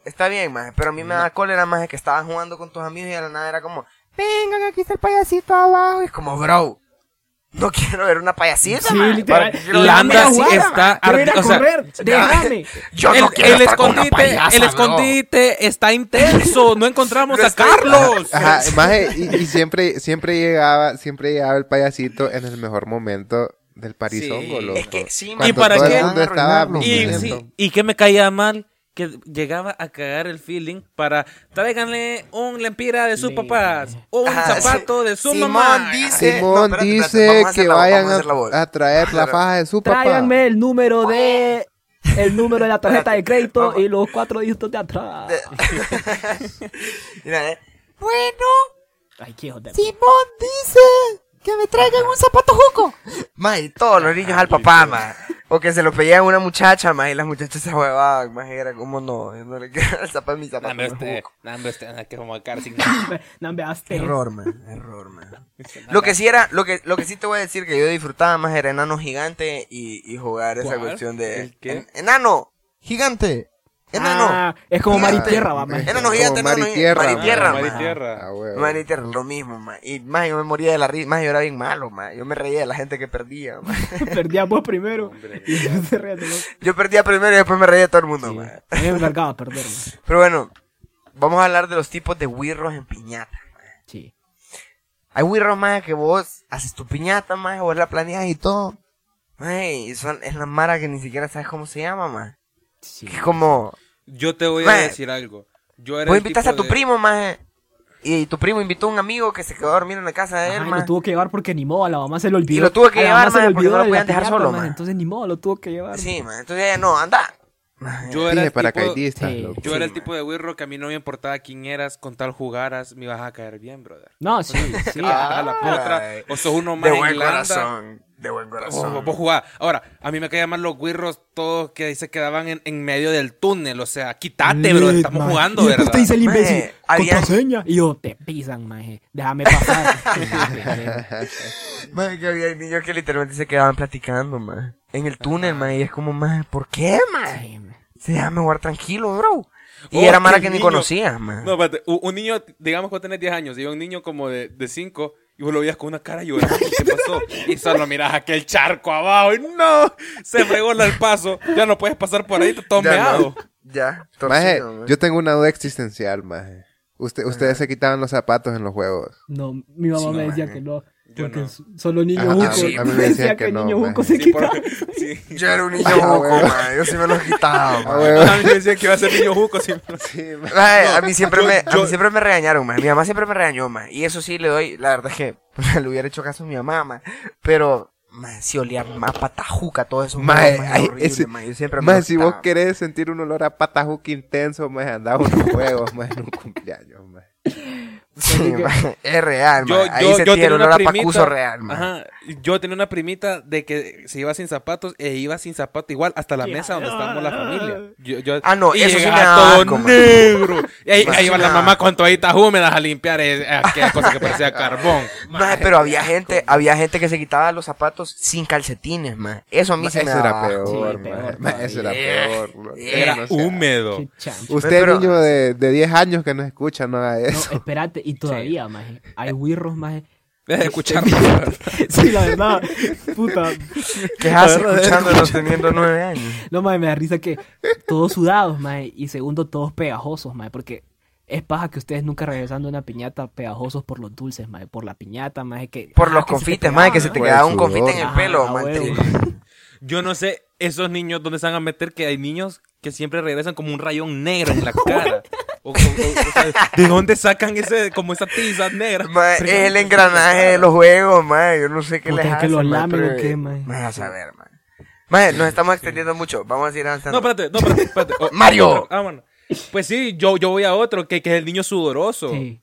Está bien, ma. Pero a mí me da cólera, ma, que estabas jugando con tus amigos y a la nada era como... Vengan, aquí está el payasito abajo. Y es como, bro... No quiero ver una payasita,
Sí,
ma.
literal.
Quiero ver una
Landa sí
payasita, ma.
está
Quiero ir
ardi-
a
o sea,
correr. Déjame.
Yo
el,
no quiero
el
estar con una
escondite,
payasa,
el
bro.
escondite está intenso. No encontramos
Lo
a
estoy-
Carlos.
Ajá, maje, y, y siempre, siempre llegaba, siempre llegaba el payasito en el mejor momento del parizongo,
Sí.
loco.
Es que sí,
Cuando
¿Y para
todo
qué?
el mundo
Van a
estaba
arruinarlo,
Y,
mintiendo.
sí, y que me caía mal que llegaba a cagar el feeling para tráiganle un lempira de sus
Sí.
papás, un
Ah,
Ajá,
zapato
sí.
de su
Simón
mamá.
dice-
Simón
No, espérate, espérate,
dice
vamos a hacer
que
la voz,
vayan
vamos a hacer la voz.
a, a traer la faja de su papá.
Tráiganme el número de. El número de la tarjeta de crédito
Vamos.
y los cuatro dígitos de atrás.
Mira, eh.
Ay, qué hijo de.
Simón dice que me traigan un zapato juco.
Ma, y todos los niños al papá, ma. O que se lo pedían a una muchacha, ma, y las muchachas se huevaban, ma, y era como no, yo no le quiero el zapato mi
No,
zapato.
hombre,
me
este,
juco".
no, hombre, este, nada que vamos a cagar sin-
No me haste.
Error, man.
Error, ma. Lo que sí era, lo que, lo que sí te voy a decir que yo disfrutaba más era enano gigante y, y jugar esa
¿Cuál?
cuestión
¿El
de
qué?
en- enano,
Gigante.
enano,
Ah, es como
Gigante.
Mari Tierra, va, man.
Enano
Como
gigante,
Mar y
enano gi-
Tierra,
Mar y
ma.
tierra,
Mar y
ma.
tierra.
Ah, huevo.
Man y tierra, lo mismo, ma. Y más yo me moría de la risa, más yo era bien malo, ma. Yo me reía de la gente que perdía, ma.
Perdíamos primero. Y se ríe de loco.
Yo perdía primero y después me reía de todo el mundo, ma.
A mí me encargaba perder. man.
Pero bueno, vamos a hablar de los tipos de wirros en piñata.
Sí.
Hay wirros más que vos haces tu piñata, más vos la planeas y todo. Mae, y son, es la mara que ni siquiera sabes cómo se llama, más.
Sí.
Es como,
Yo te voy a
Man.
decir algo. Yo era
vos
el
invitaste a
tipo
tu
de-
primo, más. Y tu primo invitó a un amigo que se quedó a dormir en la casa de él,
Ajá, y
más.
lo tuvo que llevar porque ni modo, a la mamá se lo olvidó.
lo tuvo que
a la mamá
llevar,
se
man,
le
porque
olvidó
no lo
de la
podían dejar
piñata,
solo,
man.
man.
Entonces ni modo, lo tuvo que llevar.
Sí, man. Entonces ella, no, anda. Mae,
Yo era
Dije
el tipo...
paracaidista,
Sí.
loco.
Yo era el tipo de wirro que a mí no me importaba quién eras, con tal jugaras, me ibas a caer bien, brother.
No, sí, sí.
Ah,
a la
ay.
potra, o sos uno más
de buen
en Landa.
corazón. De buen corazón.
Oh, vos jugás. Ahora, a mí me caían más los guirros todos que se quedaban en, en medio del túnel. O sea, quítate, bro.
Lit,
Estamos
maje.
jugando,
y después
¿verdad?
te dice el imbécil,
Maje, había-
contraseña. Y yo, te pisan, maje. Déjame pasar.
Madre que había niños que literalmente se quedaban platicando, man. En el túnel, man. Y es como, man, ¿por qué, man?
Sí, man.
Se déjame jugar tranquilo, bro. Y
Oh,
era Mara
qué
que ni
niño.
conocías, man.
No, espérate. Un, un niño, digamos que vos tenés 10 años, y un niño como de 5, y vos lo veías con una cara llorando. ¿Qué pasó? Y solo mirás aquel charco abajo. Y no, se fregó el paso. Ya no puedes pasar por ahí, te
ya, no.
tomeado.
ya,
Maje,
torcido, man.
yo tengo una duda existencial, maje. Usted- ustedes se quitaban los zapatos en los juegos.
No, mi mamá me decía que no.
Yo
Porque
no.
s- solo niño
Ajá, a
juco.
mí- a mí
me decía que,
no,
niño
maje.
juco se
Sí, por-
quitaba.
sí.
Yo era un niño
Ah,
moco,
huevo.
man. Yo sí me los quitaba,
Ah,
man.
huevo.
A mí me decían que iba a ser niño juco. sí.
Maje, a mí siempre
yo-
me, a
yo-
mí siempre me regañaron, man. Mi mamá siempre me regañó, man. Y eso sí le doy, la verdad es que le hubiera hecho caso a mi mamá, man. Pero, man, si olía más patajuca todo eso.
Maje,
man,
ay,
horrible,
ese-
man. Yo siempre me
Maje,
los
si vos
quitaba,
querés sentir un olor a patajuca intenso, maje, andaba unos juegos, maje, en un cumpleaños, maje.
Sí, maje, es real,
Yo,
maje. Ahí
yo,
se
yo
tiene
tenía
olor
una
a
primita.
pacuso real, maje.
ajá, yo tenía una primita de que se iba sin zapatos e iba sin zapatos igual hasta la mesa donde estábamos la familia. Yo, yo-
Ah, no,
y
eso sí me
llegaba
da
todo
asco, man.
negro. Y ahí,
Más
ahí iba
sí
la
me da
mamá
asco.
con toallitas húmedas a limpiar es- aquella cosa que parecía carbón.
Maje, pero había gente, había gente que se quitaba los zapatos sin calcetines, maje. Eso a mí
Ma,
se
Eso
me daba
era
asco.
peor,
Sí,
ma.
peor
Ma, Eso era
todavía.
peor. loco.
Era
No
Era
sea-
húmedo.
Qué chancho.
Usted,
Pero- eh,
niño de, de 10 años que no escucha, no haga
No,
eso.
espérate, y todavía, maje. Hay wirros, maje.
Deja de escucharlo.
sí, la verdad. Puta.
¿Qué haces escuchándonos teniendo nueve años?
No, maje, me da risa que todos sudados, maje. Y segundo, todos pegajosos, maje. Porque es paja que ustedes nunca regresando a una piñata pegajosos por los dulces, maje. Por la piñata, maje. Que,
Por
ah,
los
que se te
confites,
pegaba,
maje, que se te
Por
quedaba
el
un confite en
sudor.
el
Ajá,
pelo,
a
maje.
huevo.
Yo no sé, esos niños, ¿dónde se van a meter? Que hay niños que siempre regresan como un rayón negro en la cara. O- o- o- o sea, ¿De dónde sacan ese, como esa tiza negra?
Maje,
Pero-
es el engranaje de los juegos, maje. Yo no sé qué
Puta,
les
es que
hace,
los
maje,
lamen
pero-
o qué, maje.
Maje, a saber, maje. Maje, nos estamos extendiendo mucho. Vamos a ir
No,
avanzando.
espérate, no, espérate, espérate. Oh,
¡Mario!
otro. Ah, bueno. Pues sí, yo, yo voy a otro, que, que es el niño sudoroso.
Sí.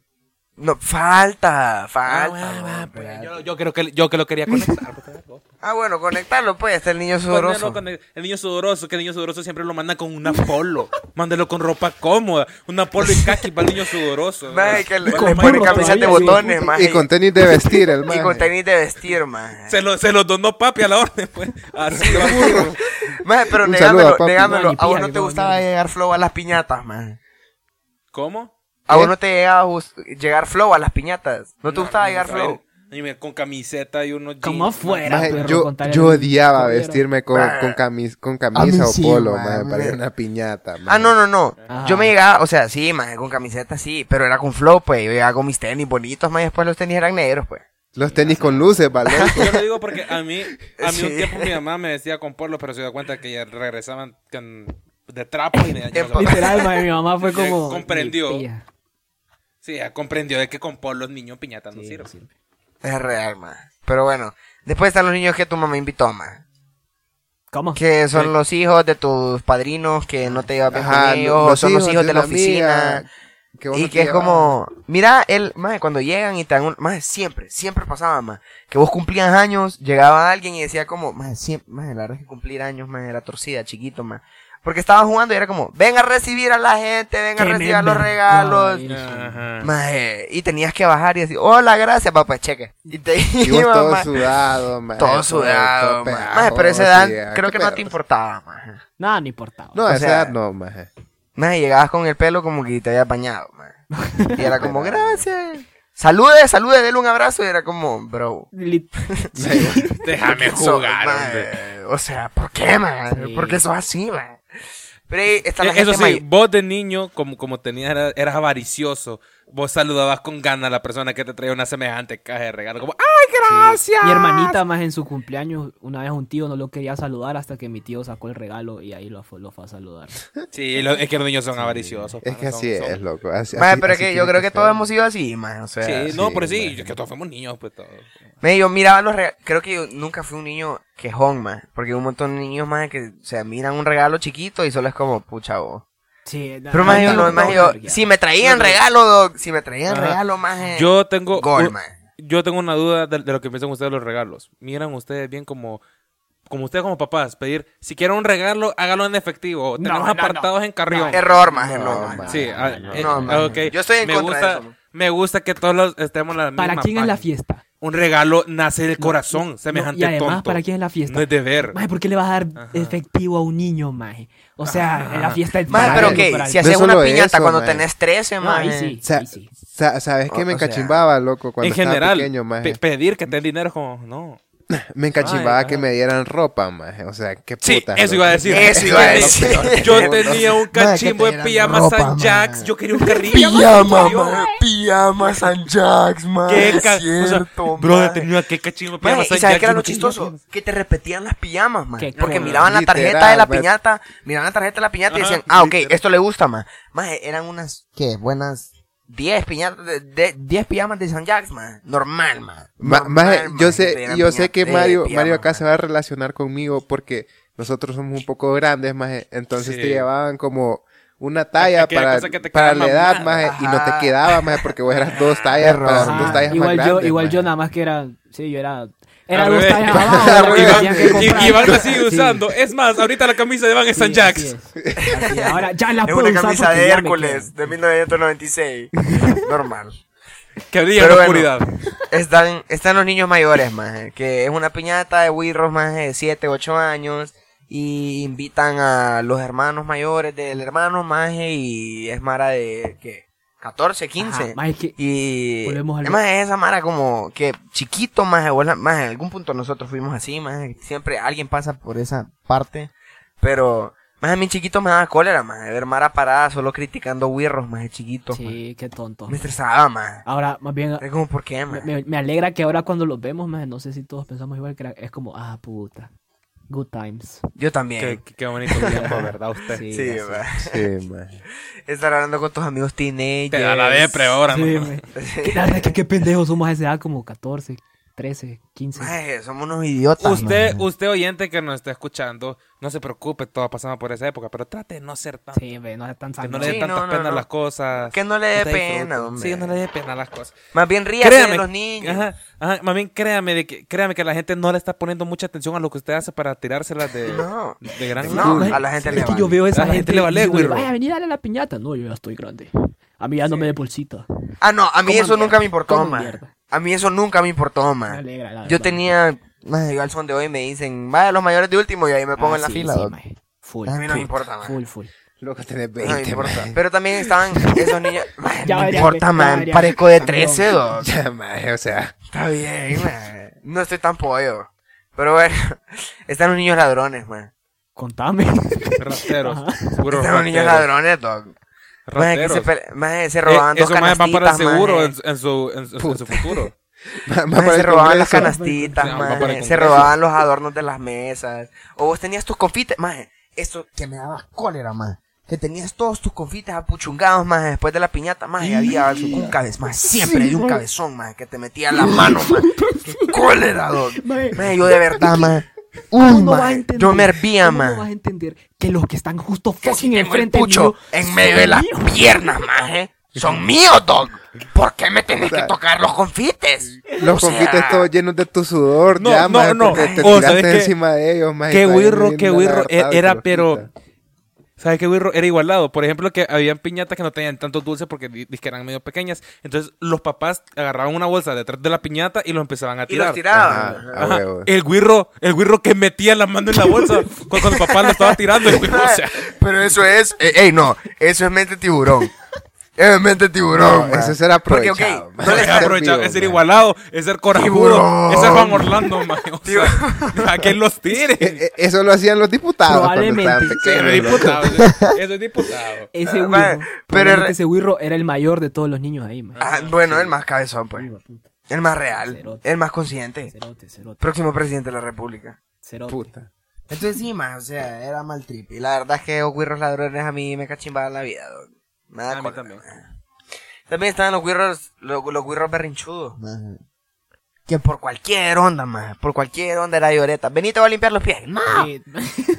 No, falta,
Ah,
falta.
bueno,
maje,
ah, pues,
espérate.
yo, yo creo que, yo que lo quería conectar. por favor.
Ah, bueno, conectarlo, pues, está el niño sudoroso.
Ponerlo con el, el niño sudoroso, que el niño sudoroso siempre lo manda con una polo. Mándelo con ropa cómoda. Una polo y kaki para el niño sudoroso. Pues,
Maje, que le,
Bueno,
le
con
pone
burro
camisas de
todavía, sí.
botones, maje.
Y con tenis de vestir, el
y
maje.
con tenis de vestir, maje.
Se lo, se lo donó papi a la orden, pues. Así va.
Maje, pero
Un
negámelo,
saludo a papi.
negámelo.
No, ni
a vos
pija,
no
que
te
no,
gustaba
no.
llegar flow a las piñatas, maje.
¿Cómo?
A vos
¿Eh?
no te llegaba a gust- llegar flow a las piñatas. No te gustaba llegar
A ver,
flow.
y mira, con camiseta y unos jeans.
Como fuera,
Maje,
perro,
yo,
con tal de-
yo odiaba
Comiera.
vestirme con, con, camis- con camisa o polo, maje, para ir a una piñata.
Ah, no, no, no.
Ajá.
Yo me llegaba, o sea, sí, maje, con camiseta sí, pero era con flow, pues. Yo llegaba con mis tenis bonitos, maje, después los tenis eran negros, pues.
Los tenis con luces, ¿vale?
Yo lo digo porque a mí, a mí
Sí.
un tiempo mi mamá me decía con porlos, pero se dio cuenta que ya regresaban con- de trapo y me
Literal, maje, mi mamá fue como...
Comprendió.
mi tía.
Sí, ya comprendió de que con porlos niño piñata no
Sí,
sirve.
sirve.
Es real, maje. Pero bueno, después están los niños que tu mamá invitó, maje.
¿Cómo?
Que son los hijos de tus padrinos que no te llevas bien con
Ajá, lo-
ellos, o son los hijos de, la
una amiga,
oficina.
vos
y
no
que
te
es como, mira, él, más cuando llegan y te dan un, más siempre, siempre pasaba, más que vos cumplías años, llegaba alguien y decía como, más siempre, más la verdad es que cumplir años, más era torcida, chiquito, más porque estaba jugando y era como, ven a recibir a la gente, ven a
Qué
recibir los
mierda.
regalos,
Ay,
Ajá.
maje, y tenías que bajar y decir, hola, gracias, papá, cheque, y te
Y vos
iba,
todo
maje,
sudado, maje, pues,
todo sudado,
todo
maje.
pegajoso,
Maje, pero esa edad,
y, ah,
creo
qué
que no
pedo.
te importaba, maje.
Nada, no importaba.
No,
O
a esa
sea-
edad no, maje.
Maje, llegabas con el pelo como que te habías bañado, maje. Y era como, gracias. Salude, salude, dele un abrazo. Y era como, bro.
Lit-
¿qué
Déjame
sos,
jugar,
maje?
hombre.
O sea, ¿por qué, man?
Sí.
¿Por qué sos así, man? Pero ahí está la
Eh, Eso
gente
sí,
may-
vos de niño, como, como tenías, era- eras avaricioso. Vos saludabas con ganas a la persona que te traía una semejante caja de regalo. Como, "Ah". ¡ay, gracias!
Mi hermanita más en su cumpleaños, una vez un tío no lo quería saludar hasta que mi tío sacó el regalo y ahí lo fue, lo fue a saludar.
Sí, lo- es que los niños son avariciosos.
Es
pana,
que
son-
así
son-
es, loco. Así,
Maje,
así-
pero es
así
que yo
tiene
creo que todos
ser.
hemos sido así, man. O sea,
Sí, no,
sí,
pero sí,
maje.
es que todos fuimos niños, pues todos.
Me, yo miraba los regalos. Creo que yo nunca fui un niño quejón, man. Porque hay un montón de niños, man, que o sea, miran un regalo chiquito y solo es como, pucha, vos.
Sí,
Pero, más yo, no, maje, yo- si me traían regalo, doc, si me traían
Ajá.
regalo, maje.
Yo tengo.
Eh, Gol,
un-
man.
yo tengo una duda de, de lo que piensan ustedes de los regalos. Miran ustedes bien como. Como ustedes como papás, pedir, si quieren un regalo, hágalo en efectivo. Tenemos
no, no.
apartados en carrión.
Error, maje, no,
No,
maje.
maje.
Sí, ah, eh,
no, man.
ok.
Yo estoy en
me
contra
gusta,
de eso, man.
Me gusta que todos los estemos en la
¿Para
misma
quién es la
página.
fiesta?
Un regalo nace del corazón,
No,
semejante
y además,
tonto.
¿para quién es la fiesta?
No es deber.
Maje, ¿por qué le vas a dar
Ajá. Ah.
efectivo a un niño, maje? O sea, en la fiesta es
Maje,
para
pero
Maje,
algo,
que
para
si eh,
algo.
haces
No
una
solo
piñata
eso,
cuando
maje.
tenés 13,
No, ahí
maje.
sí,
Sa-
ahí sí.
sa- ¿Sabes
O-
qué? Me
o sea,
encachimbaba, loco, cuando
en
estaba
general,
pequeño, maje.
pe- pedir que te den dinero es como, no.
Me encachimbaba
Ay,
que
ajá.
me dieran ropa, maje. O sea, qué puta.
Sí, eso iba a decir.
Eso iba a decir.
Yo tenía un
que
cachimbo
te dieran
en pijama
ropa,
San
maje.
Jacks, yo quería un carrillo.
Pijama, maje. Pijama San Jacks, maje.
Qué
es
ca-
cierto,
o sea, brother,
maje.
tenía que cachimbo en pijama
Maje,
San
¿Y sabes
Jacks.
qué era
yo
lo
no quería
chistoso? Que te repetían las pijamas, man.
Qué
Porque
cool.
miraban la tarjeta de
Literal,
la
pues.
piñata, miraban la tarjeta de la piñata y
Ajá,
decían, ah, ok,
literal.
esto le gusta, man. Maje, eran unas, ¿qué? Buenas 10 piñatas, de, de- 10 pijamas de San Jacks, man. Normal, man.
Ma- maje,
Normal,
yo
maje, que te
sé,
dieran
yo sé
piñata- eh,
que
de
Mario,
pijamas,
Mario acá
maje.
se va a relacionar conmigo porque nosotros somos un poco grandes, maje. Entonces
Sí.
te llevaban como una talla
Aquella
para,
cosa que te
para
queda
la edad,
mamada.
maje, y no te quedaba, maje, porque vos eras dos tallas,
Error.
para,
Ajá,
dos tallas
Ah, igual
más
yo,
grandes,
igual
maje.
yo nada más que era, sí, yo era, era
Al
dos
revés.
tallas abajo. de la que
Iván-
tenían que
Y,
comprar.
Iván la sigue
Sí,
usando. Es más, ahorita la camisa de Iván es
sí,
San
así
Jax.
es. Así es. Ahora ya la
Es
puedo
una
usar
camisa
porque
de
ya me
Hércules
queda.
de 1996. Normal.
Que brilla en la
Pero bueno.
oscuridad.
Están, están los niños mayores, más que es una piñata de wirros más de 7, 8 años. Y invitan a los hermanos mayores del hermano más y es Mara de ¿qué? 14, 15.
Ajá, maje, que-
y
Volvemos al-
además esa Mara como que chiquito más, más en algún punto nosotros fuimos así, más siempre alguien pasa por esa parte. Pero más a mí chiquito me daba cólera, más ver Mara parada solo criticando wirros más chiquito.
Sí, qué tonto.
Me estresaba más.
Ahora, más bien,
Es como, ¿por qué,
me,
más?
me- me alegra que ahora cuando los vemos, maje, no sé si todos pensamos igual, que era- es como, ah, puta. Good times.
Yo también.
Qué, qué- qué bonito tiempo,
Pues,
¿verdad? Usted.
Sí,
Sí,
así.
va.
Sí, maje.
Estar hablando con tus amigos teenagers.
Te da la depre ahora,
Sí,
¿no?
maje. Que La verdad es que qué pendejos somos a esa edad, como 14, 13, 15.
Maje, somos unos idiotas.
Usted,
maje.
usted oyente que nos está escuchando, no se preocupe, todos pasamos por esa época, pero trate de no ser tan...
Sí, ve, no es tan
Que
sano.
no le dé
Sí,
tantas
Ah, no, no,
penas
no.
las cosas.
Que no le dé
Usted
pena,
disfrute.
hombre.
Sí, no le dé pena las cosas.
Más bien ríase de
Créame,
los niños.
Ajá, ajá, más bien créame, de que, créame que la gente no le está poniendo mucha atención a lo que usted hace para tirárselas de,
No.
de gran...
No,
Ujú.
a la gente le
Es que
vale.
yo veo a esa
A la gente
gente
le vale,
y digo,
güey.
Vaya, vení, dale la piñata. No, yo ya estoy grande. A mí ya no me dé bolsita.
Ah, no, a mí
Coman
eso
mierda,
nunca me importó,
coman
man.
mierda.
A mí eso nunca me importó,
Me
man.
alegra, la
Yo
verdad.
tenía... maje, yo al son de hoy me dicen, vaya, los mayores de último, y ahí me pongo
Ah,
en la
sí,
fila.
sí,
doc.
maje. Full.
A mí no me
full,
importa, maje.
Full, full.
Loco, tenés
No me
20,
importa.
maje.
Pero también estaban esos niños... Maje,
Ya
no
veré,
importa,
ya
man.
veré.
Parezco de
Campeón.
13, doc.
Ya, maje, o sea...
Está bien, man. No estoy tan pollo. Pero bueno, están los niños ladrones, man.
Contame.
Rasteros.
Ajá.
Puro
Están los niños
rasteros.
ladrones, dog. Maje, pues, que
Rasteros.
se, pele- maje, se
Eh,
robaban dos
eso más va para el
canastitas,
seguro
maje.
en, su- en su, en, su- en su futuro.
Ma- ma-
Maje,
para
se
el
robaban las
Congreso.
canastitas,
No, va
maje,
para el
se
Congreso.
robaban los adornos de las mesas. O vos tenías tus confites, maje. Esto que me daba cólera, maje. Que tenías todos tus confites apuchungados, maje, después de la piñata, maje. Había un cabezón, maje. Siempre había un cabezón, maje, que te metía la mano, maje. Qué cólera, dog.
Maje.
Maje, yo de verdad, maje.
¿Cómo
Uy,
no vas a
maje,
entender?
Oh Yo me hervía,
¿Cómo no vas a
maje.
entender que los que están justo
Que si
fucking
tengo el
enfrente
pucho
mío
en
son
medio de las
míos?
piernas, maje. Son míos, dog. ¿Por qué me tenés que
sea,
tocar los confites?
Los
O sea,
confites todos llenos de tu sudor,
No,
Pues ya,
no,
maje,
no.
porque te
Oh,
tiraste
¿sabes qué?
encima de ellos, maje.
Qué
está bien
güirro, qué
linda,
güirro.
lagartado,
E- Era,
pero
pero.
puta.
¿Sabes qué, güirro? Era igualado. Por ejemplo, que habían piñatas que no tenían tantos dulces porque di- dizque eran medio pequeñas. Entonces, los papás agarraban una bolsa detrás de la piñata y los empezaban a
Y los
tirar.
tiraban.
Ajá, Ah, a
Ajá.
huevo.
El güirro, el güirro que metía la mano en la bolsa cu- cuando el papá lo estaba tirando. el güirro, o sea,
Pero eso es. eh, ey, no. Eso es mente tiburón. Eso es mente
No,
tiburón. man.
eso será
Porque,
aprovechado.
ok,
maje.
no le
es
está-
aprovechar, es ser
maje.
igualado, es ser corajudo,
Tiburón.
es ser Juan Orlando, man. O sea, a que los
Eh,
tire.
eh, Eso lo hacían los diputados cuando
Probablemente.
estaban
Sí,
pequeños.
Eso es
loco.
diputado. eso- Eso es diputado.
Ese
Ah,
wirro.
maje,
Pero
pero-
ese wirro era el mayor de todos los niños ahí, maje.
Ah, bueno, el más cabezón, pues.
Hijo de puta.
El más real.
Cerote.
El más consciente.
Cerote, cerote,
Próximo presidente de la república.
cerote.
Puta.
Entonces, sí, más. O sea, era mal trip. Y la verdad es que los güirros ladrones a mí me cachimbaban la vida. dog. Me da
A mí
cólera,
también.
man. También estaban los güirros, los, los güirros berrinchudos.
Maje.
Que por cualquier onda, más. Por cualquier onda era lloreta. Vení, te voy a limpiar los pies. No.
Sí,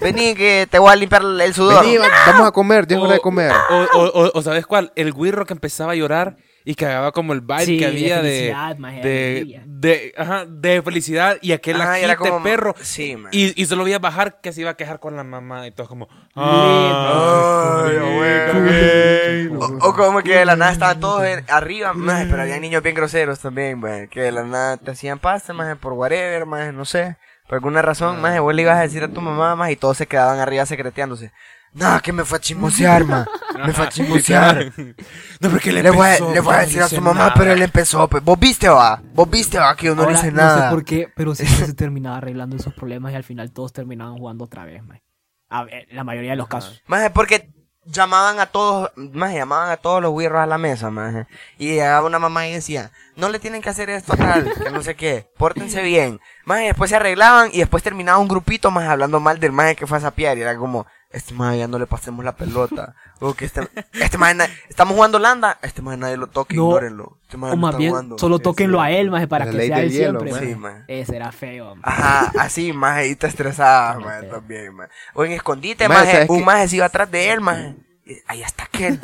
Vení, que te voy a limpiar el sudor.
Vení, va- vamos a comer, ya es
Oh,
hora de comer.
O, o- o- o ¿sabes cuál? El güirro que empezaba a llorar y cagaba como el vibe
Sí,
que
de
había de.
felicidad, maje, de
De,
alegría.
de, ajá, de felicidad y aquel
Ajá, y
agite
era como-
perro.
sí, man.
y, y se lo veía bajar que se iba a quejar con la mamá y todo como. "Ah,
Ay,
güey.
O, o como que de la nada estaban todos en- arriba, maje, pero había niños bien groseros también, maje, que de la nada te hacían pasta, maje, por whatever, maje, no sé, por alguna razón, maje,
Ah.
vos le ibas a decir a tu mamá, maje, y todos se quedaban arriba secreteándose. No, que me fue a chismosear, ma. Me fue a chismosear.
No, porque le,
Le voy a,
empezó,
le voy a
yo no
decir a
hice
su mamá,
nada.
pero él empezó. Pues. Vos viste, va. Vos viste, va, que yo no
Ahora,
le hice nada.
sé por qué, pero siempre se terminaba arreglando esos problemas y al final todos terminaban jugando otra vez, maje. A ver, la mayoría de los casos.
Más porque llamaban a todos, más llamaban a todos los güirros a la mesa, más. Y llegaba una mamá y decía, no le tienen que hacer esto a tal, que no sé qué, pórtense bien. Más después se arreglaban y después terminaba un grupito más hablando mal del maje que fue a sapear. Y era como, este maje ya no le pasemos la pelota. O que este, este maje, na- estamos jugando Landa, este maje nadie lo toque,
No.
ignórenlo. Este maje
O
no
más
está
bien,
jugando.
solo tóquenlo a él, maje, para
La
que
ley
sea
del
él
hielo,
siempre.
maje.
Sí,
maje.
maje.
Ese era feo, maje.
Ajá, así, maje, y te estresaba, maje, también, maje. O en escondite,
Maje,
maje,
¿sabes
un
qué?
maje se iba atrás de él, maje. eh, ahí está aquel.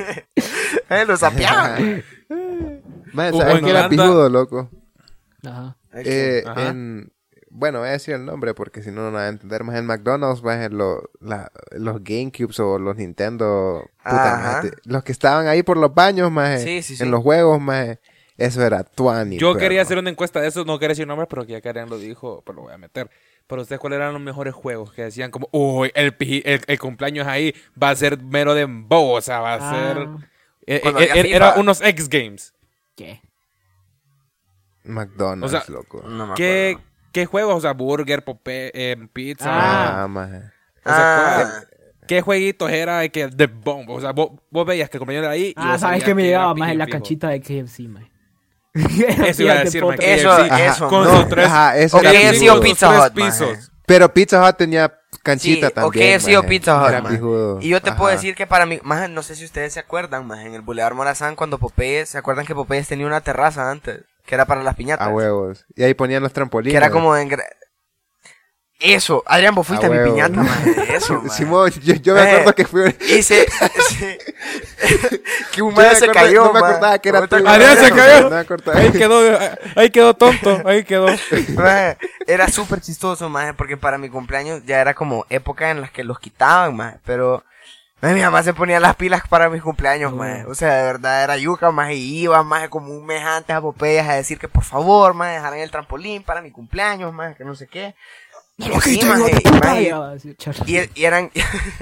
eh, lo sapeaban.
Mae,
oh,
O- o
¿sabes
en
qué era
Holanda-
pijudo, loco?
Ah,
Ajá.
Eh,
Ajá.
en- bueno, voy a decir el nombre porque si no, no van a entender más. En McDonald's, más en lo- la- los GameCubes o los Nintendo, puta,
Ajá.
maje, los que estaban ahí por los baños, más
Sí, sí, sí.
en los juegos, más eso era Tuani.
Yo
perro.
quería hacer una encuesta de eso, no quería decir nombres, pero que ya Karen lo dijo, pero lo voy a meter. Para ustedes, ¿cuáles eran los mejores juegos que decían como, uy, el, pi- el, el cumpleaños ahí va a ser mero de embo, o sea, va a
Ah.
ser... Eh,
Cuando
eh,
había
eh, era
FIFA.
unos X Games.
¿Qué?
McDonald's,
O sea,
loco.
No me
¿Qué,
acuerdo.
¿Qué juegos? O sea, burger, pope- eh, pizza.
Ah.
Ah, maje.
O sea,
Ah.
¿cuál- ¿Qué jueguitos era de que The Bomb? O sea, vos, vos veías que el compañero era ahí. y
Ah,
vos
sabes
sabías
que me
era
llegaba más
pijo,
en la
pijo.
canchita de KFC, man.
Eso iba a decir, man, que
Eso,
KFC,
eso,
Con
no.
sus tres,
Ajá, eso
con
era
sus
KFC
tres
o
Pizza
pisos.
Hut, maje.
Pero Pizza Hut tenía canchita
Sí, o
también.
KFC o
maje.
Pizza Hut,
Era
maje.
pijudo.
Y yo te puedo
Ajá.
decir que para mí, más no sé si ustedes se acuerdan, más en el Boulevard Morazán cuando Popeyes, ¿se acuerdan que Popeyes tenía una terraza antes? Que era para las piñatas.
A huevos. Y ahí ponían los
que
trampolines.
era como en... gra- Eso, Adrián, vos fuiste
A
a, mi
huevo.
piñata, más de eso, maje.
Simón, yo, yo me acuerdo
Eh,
que fui.
Y se... se- que un
Yo
man
me
se
acuerdo-
cayó,
no me
maje.
acordaba que era
¿Vos te
tuyo.
acordás
Adrián
de
se
eso?
cayó.
No, corta.
Ahí quedó, ahí quedó tonto, ahí quedó.
Maje, Era súper chistoso, maje, porque para mi cumpleaños ya era como época en las que los quitaban, maje, pero maje, mi mamá se ponía las pilas para mis cumpleaños,
Oh.
maje. O sea, de verdad era yuca, maje, y iba, maje, como un mes antes a Popeyes a decir que por favor, maje, dejaran el trampolín para mi cumpleaños, maje, que no sé qué. Y así, maje, y, maje, y, e- y eran,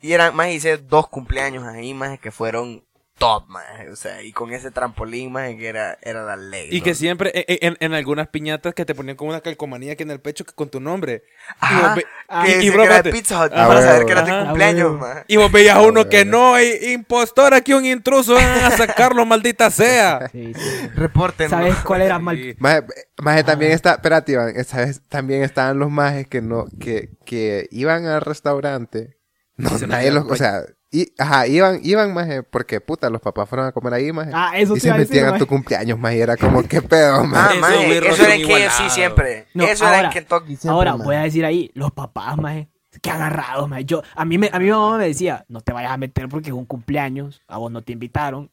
y eran, más hice dos cumpleaños ahí, más que fueron top, más, o sea, y con ese trampolín, más que era, era la ley.
Y
¿no?
que siempre e- e- en, en algunas piñatas que te ponían como una calcomanía que en el pecho que con tu nombre. y
Ajá,
vos ve-
que
y- y
decía
bro,
Ah, que era de
espérate.
Pizza Hut,
Ah,
para saber
huevo.
que era tu
Ajá.
cumpleaños,
Ah,
más.
Y vos veías a uno que no, hay impostor, aquí un intruso, van a sacarlo, maldita sea.
Sí, sí.
Reporten.
¿Sabes cuál era mal?
Y-
Maje,
Ah.
maje, también está, espérate, Iván, esa vez también estaban los majes que no, que, que iban al restaurante. No,
se
nadie
metían
los,
al
o sea, i- ajá, iban, iban maje, porque puta, los papás fueron a comer ahí, maje.
Ah,
y
eso te
se
iba a decir,
metían a tu
maje.
cumpleaños, maje, y era como, qué pedo, maje.
Ah,
Esos
maje,
güeyes
eso
son
era en KFC
igualados.
siempre.
No,
eso era en
ahora,
Kentucky siempre.
Ahora
maje.
voy a decir ahí, los papás, maje, que agarrados, maje. Yo, a mí, me, a mi mamá me decía, no te vayas a meter porque es un cumpleaños, a vos no te invitaron.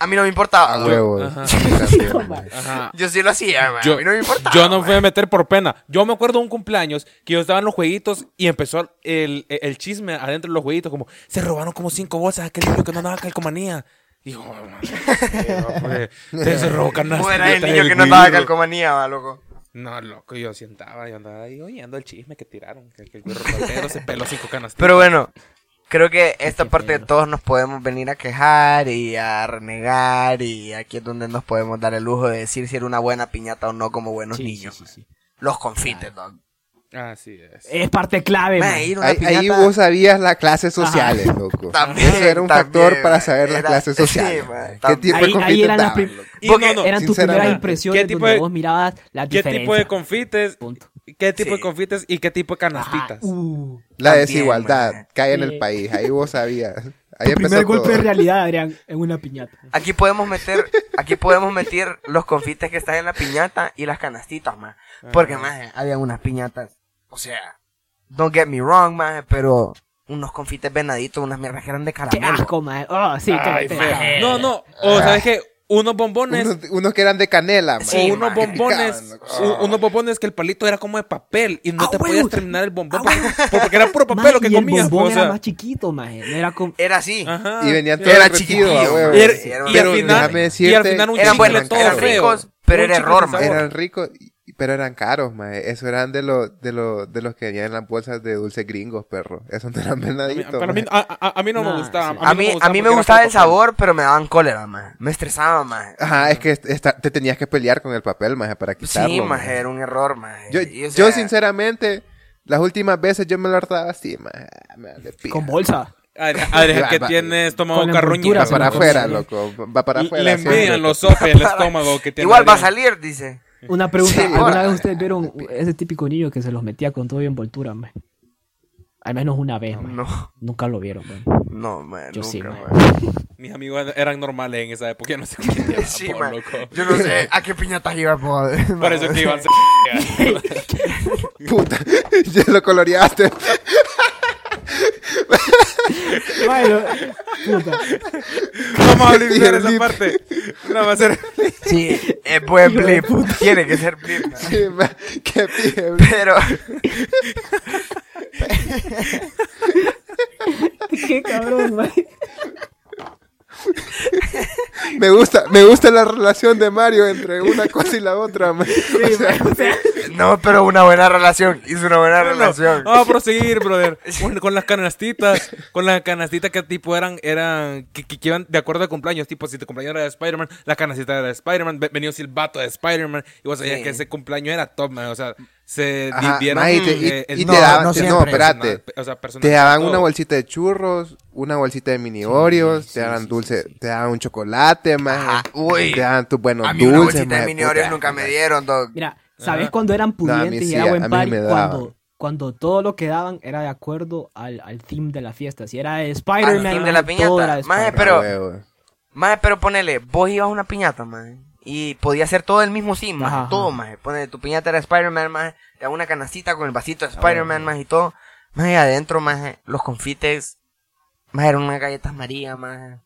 A mí no me
ah,
importaba.
A
maje.
huevos.
Ajá.
También,
No,
maje.
Ajá.
Yo sí lo hacía, maje,
Yo,
a mí no me importaba.
yo no me
maje.
voy a meter por pena. Yo me acuerdo de un cumpleaños que yo estaba en los jueguitos y empezó el, el- el chisme adentro de los jueguitos, como se robaron como cinco bolsas aquel niño que no andaba calcomanía. Dijo, se robó canasta.
¿Cómo era el
idiota
niño
del
que no estaba
güiro".
calcomanía, va, loco?
No, loco, yo sentaba, yo andaba ahí oyendo el chisme que tiraron, que, que el güero ratero se peló cinco canastas.
Pero bueno, creo que esta
qué
parte de
feo.
todos nos podemos venir a quejar y a renegar y aquí es donde nos podemos dar el lujo de decir si era una buena piñata o no como buenos
Sí,
niños.
sí, sí, sí.
Los confites, dog.
Así es.
Eh,
Es parte clave,
Man,
maje.
ir a una
Ahí, ahí
piñata
vos sabías las clases sociales, loco.
También,
Eso era un
también,
factor para saber las
era-
clases
sí,
sociales.
man,
maje. ¿Qué
también.
tipo de
Ahí, ahí
conflicto
eran las prim-
Y no, no,
eran tus
sinceramente,
primeras
¿qué
impresiones
tipo
donde
de-
vos mirabas las
¿Qué tipo de
diferencias.
confites?
Punto.
¿Qué tipo de
Sí. Ah,
confites y qué tipo de
Ajá,
canastitas?
uh,
La
También,
desigualdad
maje.
cae en el
Sí.
país. Ahí vos sabías. Ahí
tu primer
empezó
golpe
todo.
de realidad, Adrián, en una piñata.
Aquí podemos meter, aquí podemos meter los confites que están en la piñata y las canastitas, más. Porque, más, había unas piñatas. O sea, don't get me wrong, más, pero unos confites venaditos, unas mierdas que eran de
Qué
caramelo.
asco, maje. Oh, sí, qué
Ay,
qué-
feo. No, no, o sabes que unos bombones
Unos, unos que eran de canela,
Sí,
maje.
o unos
man,
bombones,
picaban,
u- unos bombones que el palito era como de papel y no
Ah,
te
huevo.
podías terminar el bombón
Ah,
porque,
huevo.
porque era puro papel
Maje,
lo que
y
comías.
el bombón
pues, o
era
sea,
más chiquito, maje. No era como...
Era así.
ajá.
Y venían todos
Era
repetidos,
chiquillo,
a huevo.
man.
Y, era-
Sí, era
y
una-
al final,
Déjame
y al
decirte-
final un
Eran
chicle
buenos,
todo
eran
feo.
ricos, pero
Un
era
chicle
error,
sin
man.
sabor.
Eran ricos, y- pero eran caros, maje. Eso eran de los, de los, de los que venían en las bolsas de dulces gringos, perro. Esos no eran
A mí-
venaditos.
para mí-
maje.
a, a- a mí no
Nah,
me gustaba.
sí.
A mí, a mí me gustaba el sabor, pero me daban cólera, más. Me estresaba, más.
Ah,
Ajá, es que est- esta- te tenías que pelear con el papel, maje, para quitarlo.
Sí, más,
maje.
era un error, más.
Yo, yo sinceramente, las últimas veces yo me lo hartaba así, maje. Me vale pija.
Con bolsa.
Adrián,
Va,
que
va.
tienes estómago
Con la
carroña.
envoltura
Va
se
para
lo
afuera,
comía.
loco. Va para afuera.
Le
siempre.
envían los sopes el estómago que tiene.
Igual va a
Adrián.
salir, dice.
Una pregunta,
Sí,
¿alguna
ahora-
vez ustedes vieron ese típico niño que se los metía con todo y envoltura, man? Al menos una vez, man.
No,
Nunca lo vieron, man.
no, man,
Yo sí,
nunca,
man.
man.
Mis amigos eran normales en esa época. Yo no sé qué llevaban,
Sí,
por
man.
loco.
Yo no sé a qué piñatas iba a
Por eso que iban a ser.
Puta, ya lo coloreaste.
Mae, lo- puta.
Vamos a eliminar esa parte. No va a ser.
Sí, es buen blip. Tiene que ser blip.
Sí, ma, qué pije, bro.
Pero,
Qué cabrón, mae.
Me gusta, me gusta la relación de Mario entre una cosa y la otra. ma. O sea,
no, pero una buena relación. Hizo una buena relación.
Vamos a proseguir, brother. Con- Con las canastitas. Con las canastitas que tipo eran. eran que, que- que iban de acuerdo a cumpleaños. Tipo, si tu cumpleaños era de Spider-Man, la canastita era de Spider-man. ve- Venía el vato de Spider-Man. Y vos sabías
Sí.
que ese cumpleaños era top, man. O sea, se
Ajá,
dividieron.
ma, y te, y-
eh, el-
y
no,
te daban,
no
te- no,
siempre.
espérate.
O sea, personal Oh.
Te daban
todo.
una bolsita de churros, una bolsita de mini Oreos, te daban dulce, te daban un chocolate,
Ajá,
más,
uy.
te daban tus buenos
a mí una
dulces,
bolsita de mini Oreos nunca me dieron, dog.
Mira, ¿sabes cuando eran
No, a mí
pudientes y
sí,
era
a-
buen
a mí
party?
me daban.
Cuando, cuando todo lo que daban era de acuerdo al, al theme de la fiesta. Si era de
Al
Spider-Man,
fin de
mae,
la
todo
piñata.
era de
Maje,
Spider-Man.
pero, maje, pero ponele, vos ibas a una piñata, maje. Y podía ser todo el mismo sí, maje,
Ajá,
todo,
ajá.
maje. Ponele, tu piñata era Spider-Man, maje, te daban una canastita con el vasito
Ah,
de Spider-Man, maje, y todo. Maje, adentro, maje, los confites, maje, eran unas galletas María, maje.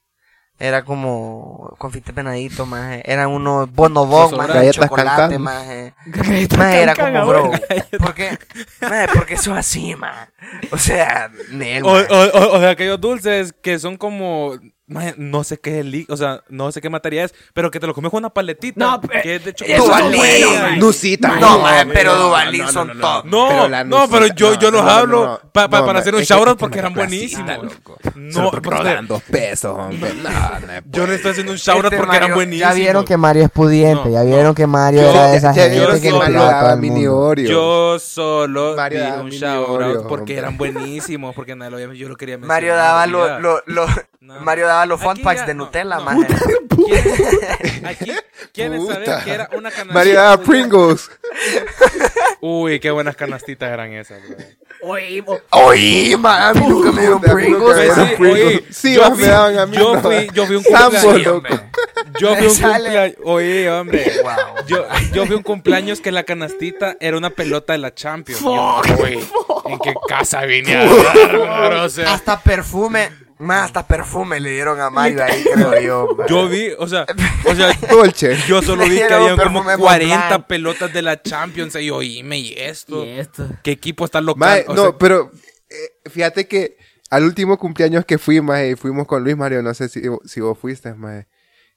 Era como confite penadito, maje. Eran unos bonobón,
Esos
maje,
galletas
chocolate,
cantando.
maje.
Galletas ah,
Maje, era
cancan
como,
ahora.
bro, ¿por qué? Maje, ¿por qué sos así, maje? O sea, Nel,
O,
maje.
o- o- o de aquellos dulces que son como. mae, no sé qué es el. O sea, no sé qué materia es, pero que te lo comes con una paletita.
No, pe-
que es de
Eso es
chocolate.
bueno,
Ay,
mae.
Nusita,
No, maje, pero Duvalín son top.
No, no, pero yo, yo los hablo pa- pa- para hacer un shoutout porque eran buenísimos. No, brother,
dos pesos, hombre. No, no es
yo le estoy haciendo un shoutout
Este
porque eran
Mario,
buenísimos.
Ya vieron que Mario es pudiente,
No,
ya vieron que Mario
Yo-
era de esa
ya- ya
gente
vieron
que
que
le
Mario
pegaba a todo
daba
el
mini
mundo.
Oreo.
Yo solo
Mario
di
daba
un
mini
shoutout
Oreo,
porque
hombre.
eran buenísimos, porque nadie lo había yo lo quería mencionar.
Mario daba
ya.
los lo, lo-
No.
Mario daba los font
Aquí
packs
ya-
de
no,
Nutella,
no.
maje.
¿Quieren- Aquí quieren saber
Puta.
que era una canastita.
Mario daba Pringles.
Uy, qué buenas canastitas eran esas, bro.
Oye, o-
Oye, ma, a mí nunca me dieron
Puta, nunca me
Pringles.
dieron
Sí,
Pringles.
oye,
Sí,
yo
más me
fui-
daban a mí.
yo
no.
fui- yo fui un
Sambo,
cumpleaños.
loco.
Yo vi un
Sale.
cumpleaños. Oye, hombre.
Wow.
Yo, yo vi un cumpleaños que la canastita era una pelota de la Champions. Yo, uy, ¿En qué casa vine a dar, bro? O sea,
Hasta perfume, más hasta perfume le dieron a Mario ahí, creo yo. ma.
yo vi, o sea, o sea,
Dolce.
yo solo vi
Le
que
dieron
había como
perfume
40
Montblanc.
pelotas de la Champions. Y yo, oíme, ¿y esto?
y esto.
¿Qué equipo está local?
Mae,
O
no,
sea,
pero eh, fíjate que al último cumpleaños que fui, mae, fuimos con Luis Mario, no sé si, si vos fuiste, mae.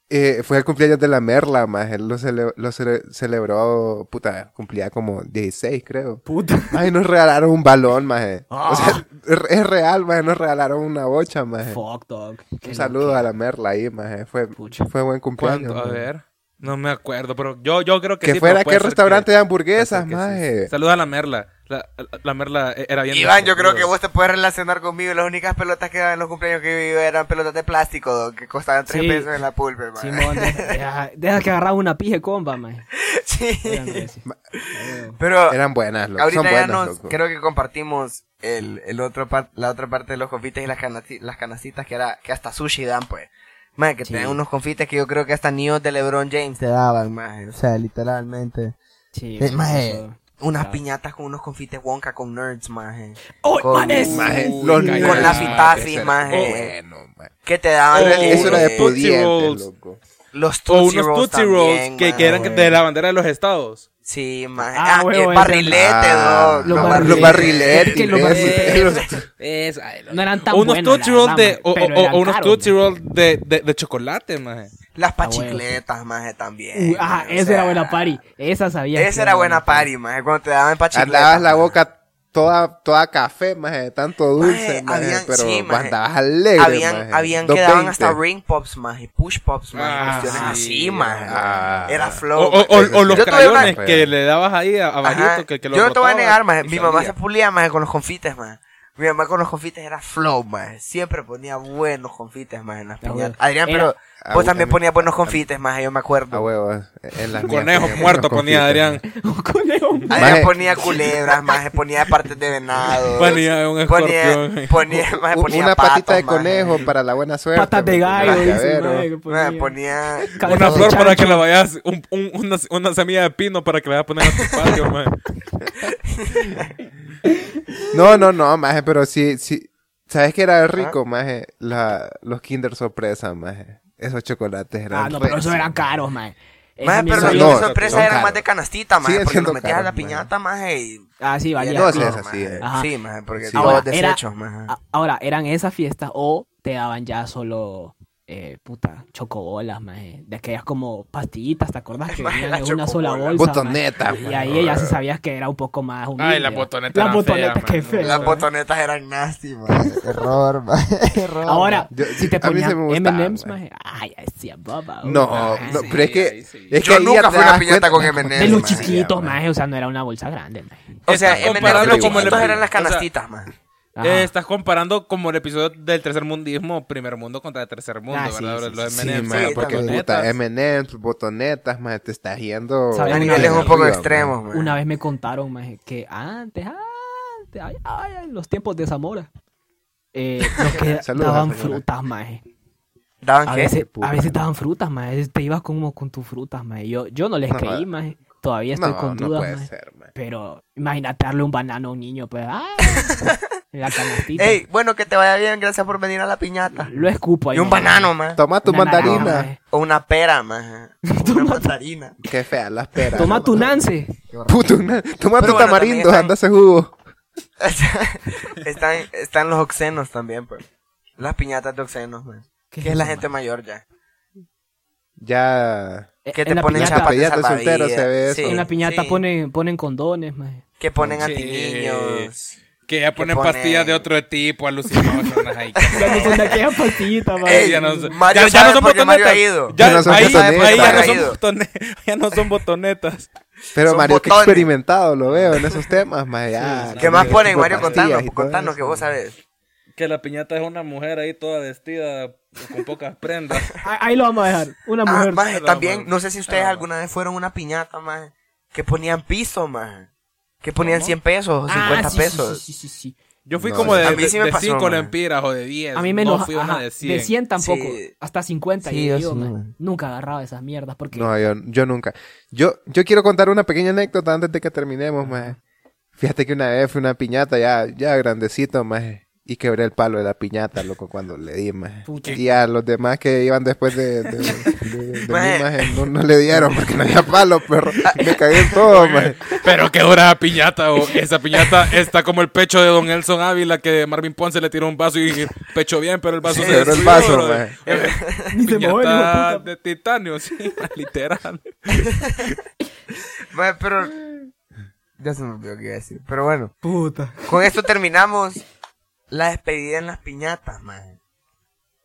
Eh, fue el cumpleaños de la Merla, mae. Él lo, cele- lo cele- celebró, puta, cumplía como 16, creo.
Puta.
Mae, nos regalaron un balón, mae. O sea, re- es real, mae, nos regalaron una bocha, mae.
Fuck, dog. Qué
Un saludo
loco.
a la Merla ahí, mae. Fue,
Pucha.
fue buen cumpleaños.
¿cuánto? A
mae.
ver. No me acuerdo, pero yo, yo creo que
Que
sí,
fuera
pero puede
qué
ser
restaurante
que-
de
puede ser
hamburguesas,
que sí.
mae.
Saluda a la Merla. La, la Merla eh, era bien.
Iván, yo creo
desconocido.
que vos te puedes relacionar conmigo. Las únicas pelotas que daban en los cumpleaños que viví eran pelotas de plástico dog, que costaban tres
Sí.
pesos en la pulpe, ma.
Simón, deja, deja- deja que agarraba una pije comba, mae.
Sí.
Eran reces.
Pero
Eran buenas, loco.
ahorita
Son
ya
buenas,
nos,
loco.
creo que compartimos el, el otro par- la otra parte de los confites y las, canasti- las canastitas que era, que hasta sushi dan, pues. Maje, que te dan unos confites que yo creo que hasta niños de LeBron James te daban, maje.
O sea, literalmente.
Sí,
Eh, maje,
eso.
Unas
Ah.
piñatas con unos confites Wonka con nerds, maje.
¡Uy,
con-
mae, es-
Mae,
Uy,
los
con
nerds,
la
mae,
fitafis,
ese era
maje.
Bueno, mae.
Que te daban
Oh,
eh,
Eso era de
unos Tootsie Rolls.
pudientes, loco.
los
O
Tootsie
unos
Rolls
Tootsie Rolls
también,
que,
maje.
que eran de la bandera de los estados.
Sí, maje.
Ah,
Ah,
huevo,
el
ese.
barrilete,
Ah,
dog.
los
Los
barriletes.
Los barriletes.
Es que los
imbécil.
No eran tan
O unos
buenos, la
Tootsie Rolls
verdad,
de, o,
mae, pero
o- o
eran
unos
caros,
Tootsie
mae.
Rolls de, de, de chocolate, maje.
Las
Ah, huevo.
pachicletas, maje, también.
Uy, ajá,
maje, o
Ah, esa era
sea,
buena party. Esa sabía. que
Esa era buena party, maje, cuando te daban pachicletas.
Andabas la
maje.
boca toda, toda café, maje, de tanto
Maje,
dulce, maje,
habían-
pero
sí, maje.
andabas alegre,
habían,
maje.
habían
220.
quedaban hasta ring pops más y push pops más
Ah,
cuestiones
sí.
así más
Ah.
era
O,
flow
o,
maje.
o- o los
Yo tuve una-
crayones
Pues, eh.
que le dabas ahí a, a
Ajá.
Bajito, que, que lo
yo no te voy a
rotabas
negar más
y
mi mamá
salía.
se pulía más con los confites más mi mamá con los confites era flow más siempre ponía buenos confites más en las
Ah,
piñatas
bueno.
Adrián
Era-
pero
Ah,
vos
bueno,
también
también.
ponías buenos confites más yo me
A
acuerdo
huevo, en las mías
Conejos
ponían
muertos
unos
ponía
confites.
Adrián.
Un conejo.
Adrián
Maje.
ponía culebras más ponía partes de venado
Ponía un
ponía
escorpión.
ponía, maje,
U-
ponía
Una patita
patos,
de
maje.
conejo para la buena suerte.
Patas de
maje,
gallo,
un
dice,
llavero.
mae, que ponía.
Maje, ponía
Una
Cabezas de
flor para
chancho.
que la vayas, un- un- una, una semilla de pino para que la vayas a poner a tu patio, maje.
No, no, no, maje, pero sí, sí. ¿Sabes qué era rico, maje? La, los Kinder Sorpresa, maje. Esos chocolates eran.
Ah, no, pero esos
buenísimos.
eran caros, mae. Esa
Maje, pero
mierda
son-
las
bien-
pues, no,
sorpresas sorpresa
son
eran
caros.
más de canastita, maje,
Siguen
porque
siendo
lo metías a la
caros, maje.
piñata, maje, y...
Ah, sí, valía.
No,
pico,
sí, es
mae.
así, eh.
Ajá.
Sí, maje, porque
Sí.
todos
Ahora, era-
desechos, maje.
A- Ahora, eran esas fiestas o te daban ya solo, eh, puta, chocobolas, maje. De aquellas como pastillitas, ¿te acordás? Que
Maje,
venían
la
en una sola
chocobola.
bolsa. maje.
Botoneta, pues,
Y ahí ya se sabías que era un poco más humilde.
Ay, las botonetas
Las
eran
botonetas,
feas,
qué
man.
feo.
Las
maje.
botonetas eran nasty, maje.
Error, maje, error.
Ahora,
Yo-
si te
a mí
ponían
se me gustaban,
M&M's,
maje.
maje. Ay, hacía baba.
No,
maje.
no, pero es que.
ahí sí.
Es que
Yo
ahí ya
nunca
te
fui a una
das
piñata
cuenta-
con M&M's,
eh. De los
maje.
chiquitos, maje. O sea, no era una bolsa grande, maje.
O sea,
Estás
M&M's
comparando
los
como el-
chiquitos eran las
o sea-
canastitas, maje.
Ajá.
Eh, estás comparando como el episodio del tercer mundismo, primer mundo contra el tercer mundo,
Ah, sí,
¿verdad?
sí,
Los
Sí,
M&M's,
maje,
las
porque
botonetas.
puta, M&M's, botonetas, maje, te estás yendo...
¿Sabes?
A
Una
niveles
vez
un poco
arriba,
extremos, maje.
Una vez me contaron, maje, que antes, antes, ay, ay, ay, en los tiempos de Zamora, eh, los que
Saludos,
daban
señora.
frutas, maje.
¿Daban
A
qué?
veces,
puta.
a veces daban frutas, maje. Te ibas como con tus frutas, maje. Yo, yo no les
No,
creí,
joder.
maje. Todavía
No,
estoy con
no
dudas,
puede
maje.
ser, maje.
Pero imagínate darle un banano a un niño, pues, ¡ay! en la canastita.
Ey, bueno, que te vaya bien, gracias por venir a la piñata.
Lo escupo ahí.
Y un
maje.
banano, maje.
Toma tu
Una naranja,
mandarina.
maje.
O una pera, maje. O Una mandarina.
Qué fea las peras.
Toma
¿no?
tu nance.
Puto, una- toma
Pero
tu
bueno, también
tamarindo,
están-
anda ese jugo.
están, están los oxenos también, pues. Las piñatas de oxenos, maje. Que es la gente mayor ya.
Ya...
Que
Eh, En
te
la
ponen
piñata-
chapa-
zapatos
Piñata soltero
salvavidas.
se ve eso.
En la piñata
Sí.
ponen, ponen condones, maje.
Que ponen
Sí.
antiniños.
Que ya ponen
ponen-
pastillas de otro tipo, alucinógenas ahí.
Ya no son de aquella pastillita, maje.
Ey,
ya no son-
Mario
ya- ya
sabe
no son
porque Mario
botonetas.
ha ido.
Ya,
Ya no son
ahí,
botonetas.
ahí ya, no
Ha
son
ido.
botone- ya no son botonetas.
Pero
Son
Mario, qué
botones.
experimentado lo veo en esos temas, maje. ya,
¿Qué más
tipo
ponen, Mario?
pastillas
Contanos,
y todo
contanos
eso.
que vos sabés.
Que la piñata es una mujer ahí toda vestida, con pocas prendas.
Ah, Ahí lo vamos a dejar. Una
Ah,
mujer.
maje,
Perdón,
también,
maje.
no sé si ustedes
Perdón,
alguna vez fueron a una piñata, maje, que ponían piso, maje. Que ponían 100 pesos o
Ah,
50
sí, sí,
pesos.
sí, sí, sí, sí.
Yo fui
No,
como
a
de
mí sí me
5
pasó, man.
lempiras o de 10.
A mí me
no
enoja.
fui una
ajá,
de
de
100.
100 tampoco.
Sí.
Hasta 50.
Sí,
y
yo
yo,
sí,
man,
man.
nunca agarraba esas mierdas. Porque
No, yo, yo nunca. Yo, yo quiero contar una pequeña anécdota antes de que terminemos, maje. Fíjate que una vez fue una piñata ya, ya grandecito, maje. Y quebré el palo de la piñata, loco, cuando le di, maje.
Puta.
Y a los demás que iban después de, de, de- de mí,
Maje.
maje, no, no le dieron porque no había palo, perro. Me cagué en todo, maje.
Pero qué dura la piñata, o esa piñata está como el pecho de Don Nelson Ávila que Marvin Ponce le tiró un vaso y pecho bien, pero el vaso
Sí, pero el
destruyó,
vaso,
bro.
man.
Eh,
Ni se movió, hijo de
Piñata
puta.
de titanio, sí, literal.
Maje, pero... Ya se me olvidó qué iba a decir. Pero bueno,
Puta.
con esto terminamos la despedida en las piñatas, maje.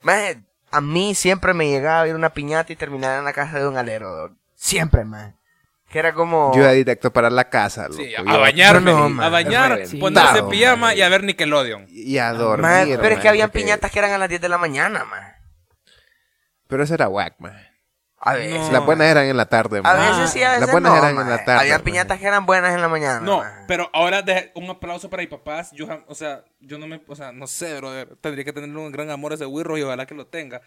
Maje, a mí siempre me llegaba a ir a una piñata y terminar en la casa de un alero, dog. Siempre, maje. Que era como...
Yo iba directo para la casa, loco.
Sí,
Yo
a
iba-
bañarme,
No, no, man,
a bañar,
reventado,
ponerse
man.
pijama y a ver Nickelodeon.
Y a dormir.
Maje, Ah, pero es
maje,
que habían
porque-
piñatas que eran a las 10 de la mañana, maje.
Pero eso era whack, maje.
A veces.
No.
Las buenas eran en la tarde,
A
maje.
veces sí, a veces
Las buenas
no,
eran en
maje.
la tarde. pues.
Había
maje.
piñatas que eran buenas en la mañana.
Ah,
No,
maje.
pero ahora de- un aplauso para mis papás. Yo, jam- o sea, yo no me, o sea, no sé, brother. Tendría que tener un gran amor a ese Wirro y ojalá que lo tenga.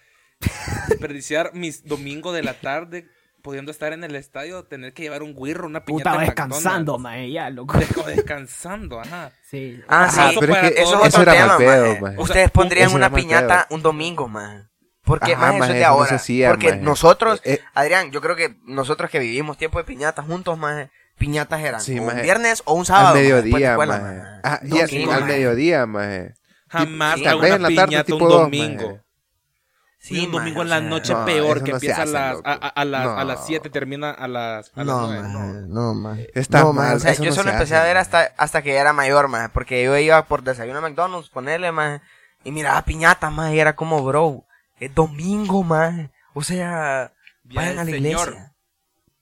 Desperdiciar mis domingos de la tarde pudiendo estar en el estadio, tener que llevar un Wirro, una piñata.
Puta,
en
descansando,
McDonald's.
maje. Ya, loco.
Des- o descansando, ajá.
Sí.
Ah,
Ajá,
sí,
eso para
eso es
todos.
otro
Eso era
tema,
mal pedo,
maje.
maje.
Ustedes
O sea,
pondrían
eso
una
era mal
piñata
pedo.
un domingo, maje. Porque,
Ajá,
maje, eso
maje,
es de
eso no
ahora.
se hacía,
Porque
maje.
nosotros,
Eh, eh.
Adrián, yo creo que nosotros que vivimos tiempo de piñatas juntos, maje, piñatas eran
Sí,
o un
maje.
viernes o un sábado.
al
maje, después de
mediodía,
escuela,
maje.
maje.
Ah, y
Domingo,
así, al
maje.
mediodía, maje.
Jamás
sí,
hago
tal vez
una
en la tarde,
piñata
tipo
un
dos,
domingo.
maje.
Sí,
Y un domingo
maje,
en
o
la
sea,
noche
no,
peor,
eso
que
no se
empieza a
hace,
las,
loco.
a, a- a las, a
No.
las 7 y termina a las, a las
No,
nueve.
maje, no, maje.
Está
no,
mal.
maje,
O sea,
Eso
yo
no
solo
se
empecé
hace,
a ver
maje.
hasta, hasta que era mayor, maje, porque yo iba por desayuno a McDonald's, ponerle, maje, y miraba piñatas, maje, y era como, bro, es domingo, maje, o sea,
Bien,
vayan a la
señor.
iglesia.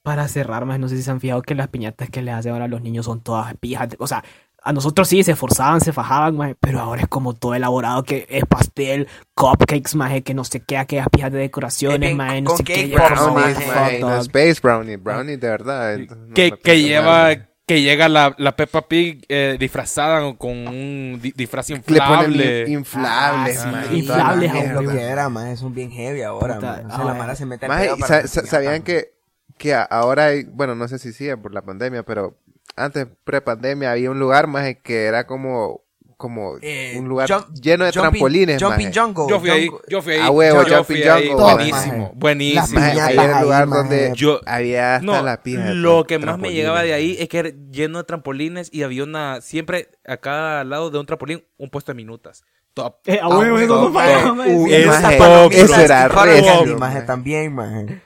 Para cerrar, maje, no sé si se han fijado que las piñatas que les hacen ahora a los niños son todas pijas. O sea, a nosotros sí se esforzaban, se fajaban, maje, pero ahora es como todo elaborado, que es pastel, cupcakes, maje, que no sé qué, aquellas pijas de
Es
decoraciones,
bien
maje, no
con
sé qué.
cake
llevan
brownies,
como
maje,
Brownies,
hot
maje, no
dog.
Space Brownie, Brownie, de verdad. no
que,
me
que
parece
lleva
mal.
que llega la, la Peppa Pig eh, disfrazada o con un di- disfraz
Le ponen
inflable.
in- inflables,
Ah, sí,
maje, y toda la
inflables,
mierda.
a un
Lo que era, maje, son bien heavy ahora,
Puta,
maje. O sea, la
ah,
mara se mete al
Maje,
pedo
y
para
sa-
la
sa-
piñata,
¿Sabían
maje.
que, que a- ahora hay, bueno, no sé si sigue por la pandemia, pero antes pre-pandemia había un lugar más que era como, como
Eh,
un lugar
jump-
lleno de
jumping-
trampolines,
Jumping
maje.
Jungle.
Yo fui ahí,
Jungle.
yo fui ahí.
A huevo,
yo
Jumping
fui ahí.
Jungle, maje.
Buenísimo,
Maje.
buenísimo.
Maje, ahí era
Ahí,
el lugar
maje.
donde
Yo-
había hasta
No,
la pija. de
lo que más me
trampolines,
llegaba de
maje.
ahí es que era lleno de trampolines y había una, siempre a cada lado de un trampolín, un puesto de minutas. Top.
Eh, a huevo, eso no
top,
falla,
top.
mae.
Uy,
Sí.
es-
Las
Maje,
palomitas
eso era
que fueron
re
en
top.
maje, también, maje.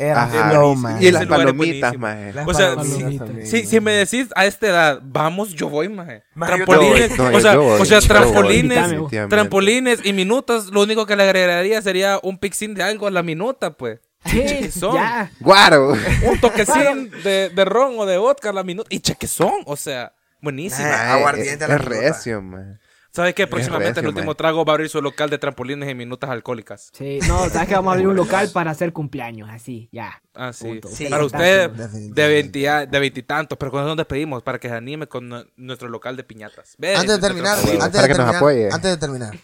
Era
Ajá.
flow,
Buenísimo.
maje.
Y las
Ese lugar es
palomitas,
buenísimo.
maje.
Las
O sea,
palomitas
sí,
también,
Si,
maje.
si me decís a esta edad, vamos, yo voy, maje.
Maje, yo
Trampolines,
No,
o sea,
yo voy,
o sea
yo voy,
trampolines,
definitivamente.
trampolines y minutas, lo único que le agregaría sería un pixín de algo a la minuta, pues.
eh,
Chequezón.
Ya.
Guaro.
Un toquecín de, de ron o de vodka a la minuta. Y chequezón, o sea, buenísimo.
Maje, aguardiente a la
es
pelota.
recio, maje.
¿Sabes qué? Próximamente el
recio,
último
maje.
trago va a abrir su local de trampolines y minutas alcohólicas.
Sí, no, sabes que vamos a abrir un local para hacer cumpleaños, así, ya.
Ah, sí.
Punto.
Sí,
para
fantástico,
ustedes, de veinti de veintitantos, pero cuando nos despedimos, para que se anime con nu- nuestro local de piñatas. Ve,
Antes de
nuestro
terminar,
trampolín.
antes
Para
de
que nos
terminar,
apoye.
antes de terminar.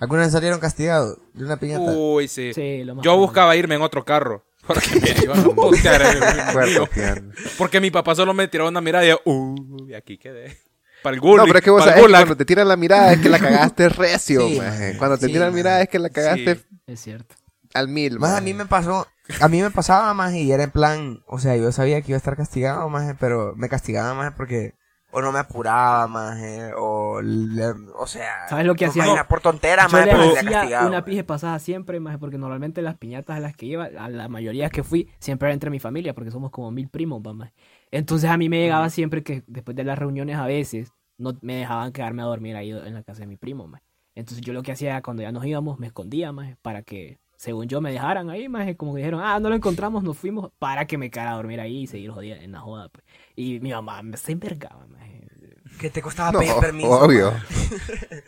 ¿Alguna vez salieron castigados de una piñata?
Uy, sí.
Sí, lo más
Yo
probable.
buscaba irme en otro carro. Porque me iban a putear en el mío.
Cuerpo, tierno.
Porque mi papá solo me tiraba una mirada y yo, uy, aquí quedé. Para el
No,
gulag,
pero es que vos
para
sabés
el
que
gulag.
cuando te tiran la mirada es que la cagaste recio,
Sí,
maje.
maje.
Cuando te
Sí,
tiran la
maje.
mirada es que la cagaste
Sí.
Es cierto.
al mil,
Más
maje.
a mí me
pasó, a mí me pasaba más y era en plan, o sea, yo sabía que iba a estar castigado más, eh, pero me castigaba más porque o no me apuraba más, eh, o, le- o sea,
¿Sabes lo que
no,
hacía
maje,
yo?
era por tonteras
Yo
más,
les
pero me pues.
hacía
había castigado.
una
maje.
pije pasada siempre, maje, porque normalmente las piñatas a las que iba, a la mayoría que fui, siempre era entre mi familia, porque somos como mil primos, va, maje. Entonces a mí me llegaba siempre que después de las reuniones a veces, no me dejaban quedarme a dormir ahí en la casa de mi primo, maje. Entonces yo lo que hacía cuando ya nos íbamos, me escondía, maje, para que, según yo, me dejaran ahí, maje, como que dijeron, ah, no lo encontramos, nos fuimos, para que me quedara a dormir ahí y seguir jodida en la joda, pues. Y mi mamá me- se envergaba, maje.
Que te costaba
No,
pedir permiso.
obvio.
maje.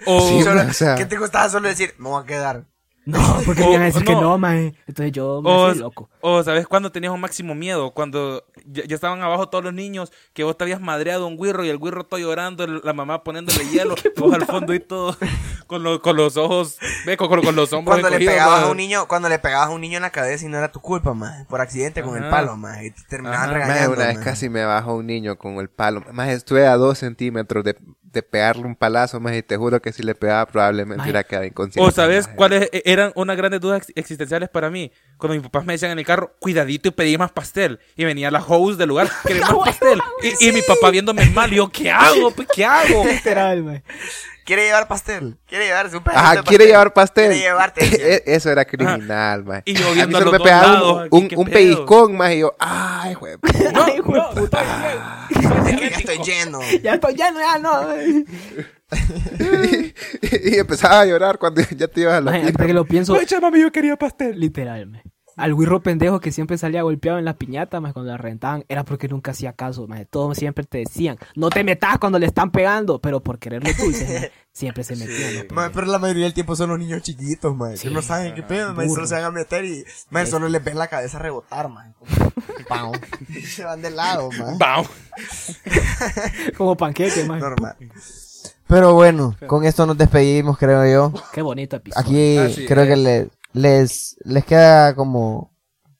O-
Sí,
Solo-
o sea-
que te costaba solo decir, me voy a quedar.
No, porque
O-
me iban a decir que
no.
no, maje. Entonces yo me
O-
hacía loco.
O, ¿sabes Oh, cuándo tenías un máximo miedo? Cuando ya, ya estaban abajo todos los niños, que vos te habías madreado un guirro y el guirro está llorando, el- la mamá poniéndole hielo, vos al fondo y todo, con, lo- con los ojos, ve, con, con- con los hombros
Cuando le
encogidos,
pegabas a
pues.
ma.
un niño, cuando le pegabas a un niño en la cabeza y no era tu culpa, más, por accidente con el
Ajá.
palo, más, y te terminaban
Ajá.
Maje,
regañando.
una vez
maje.
casi me bajó un niño con el palo. Más estuve a dos centímetros de, de pegarle un palazo, más y te juro que si le pegaba probablemente
Maje.
hubiera quedado inconsciente.
pues,
O sabes
maje.
cuáles e- eran unas grandes dudas ex- existenciales para mí. Cuando mis papás me decían en el carro, cuidadito y pedí más pastel. Y venía la host del lugar, quería más pastel. Y, y mi papá viéndome mal, y yo, ¿qué hago? pues, ¿Qué hago?
Literal, maje.
Quiere llevar pastel, quiere llevar su pedacito
Ajá,
de
quiere llevar pastel.
Quiere llevarte. decía.
E- Eso era criminal, maje.
Y yo
A mí
viendo a
solo
los
me
dos
pegaba un-
lados, aquí,
un,
qué
un
pedo.
pellizcón, más y yo, ay, güey.
No, no, estoy
Ya estoy lleno.
Ya estoy lleno, ya no.
y, y empezaba a llorar cuando ya te ibas a la
Maje, ahorita
tienda.
que lo pienso,
mami, yo quería pastel.
literal, maje. Al wirro pendejo que siempre salía golpeado en las piñatas, más cuando la rentaban, era porque nunca hacía caso, más todos siempre te decían, no te metas cuando le están pegando, pero por querer los dulces, maje, siempre se metían. los
Mae,
pendejos.
pero la mayoría del tiempo son los niños chiquitos, mae.
Sí.
que no saben
ah,
qué pedo, mae. Solo
Burros.
se van a meter y, mae, solo les ves la cabeza rebotar, mae. Como, ¡pau! Y se van de lado, mae.
Vamos.
Como panqueque, maje.
Normal.
Pero bueno, con esto nos despedimos, creo yo.
Qué bonito episodio.
Aquí
Así
creo que le- les, les queda como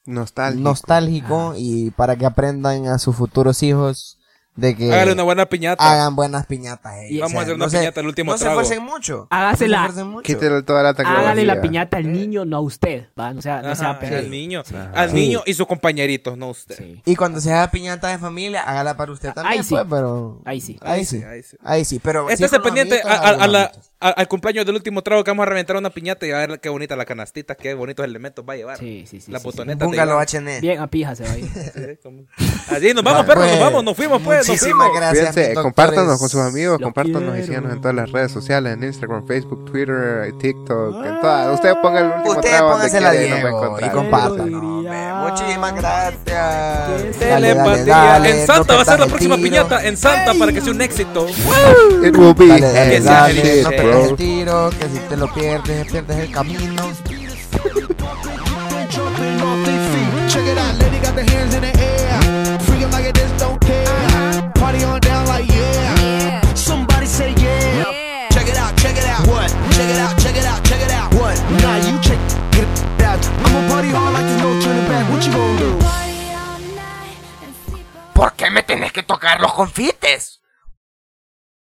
Nostálgico.
Ah,
nostálgico y para que aprendan a sus futuros hijos de que
Hágale una buena piñata.
Ah,
hagan buenas piñatas. eh.
Y
Vamos a hacer una
no se-
piñata el último
No se
trago.
esfuercen mucho.
Hágasela.
No se esfuercen mucho.
Quítale toda la tecnología.
Hágale la piñata al niño, no a usted, ¿va? O sea, no sea
Ajá, al
pendejo.
niño. Al niño y sus compañeritos, no usted.
Sí.
Y cuando se haga piñata de familia, hágala para usted también.
Ahí sí.
pues, pero.
Ahí sí.
Ahí sí,
ahí sí.
ahí sí, pero...
Así
Estás
con los
Este pendiente
amiguitos,
a- a- a la-
amiguitos.
a- al cumpleaños del último trago que vamos a reventar una piñata y a ver qué bonita la canastita, qué bonitos elementos va a llevar.
Sí, sí, sí,
La
sí,
botoneta. te
Búngalo
lleva.
HN.
Bien a pija se va a ir.
Sí, como- Así, nos vamos, perro, nos vamos, nos fuimos, pues. Nos
Muchísimas
fuimos.
gracias. mis
Cuídense,
doctores.
compártanos con sus amigos,
Lo
compártanos y
quiero.
síganos en todas las redes sociales, en Instagram, Facebook, Twitter, TikTok, en todas. Usted ponga el último
Usted
trago donde
póngasela a
quiera y nos va a
Diego y
encontrar.
compártanos.
No, hombre, Muchísimas gracias.
Dale, dale,
Telepatía.
dale,
en Santa
no
va a ser la
te
próxima
tiro.
piñata. En Santa para que sea un éxito.
It will be
Dale, dale,
heavy
dale,
shit,
no te
bro.
des el tiro, que si te lo pierdes, pierdes el camino.
jumping off their feet. Check it out, lady got the hands in the air. Freaking like it is, don't care. Party on down like yeah. Somebody say yeah. Check it out, check it out. What? Check it out, check it out, check it out. What? Nah, you check it out. I'ma party hard like there's no turning back. What you gonna do?
Party all night and sleep all
¿Por qué me tenés que tocar los confites?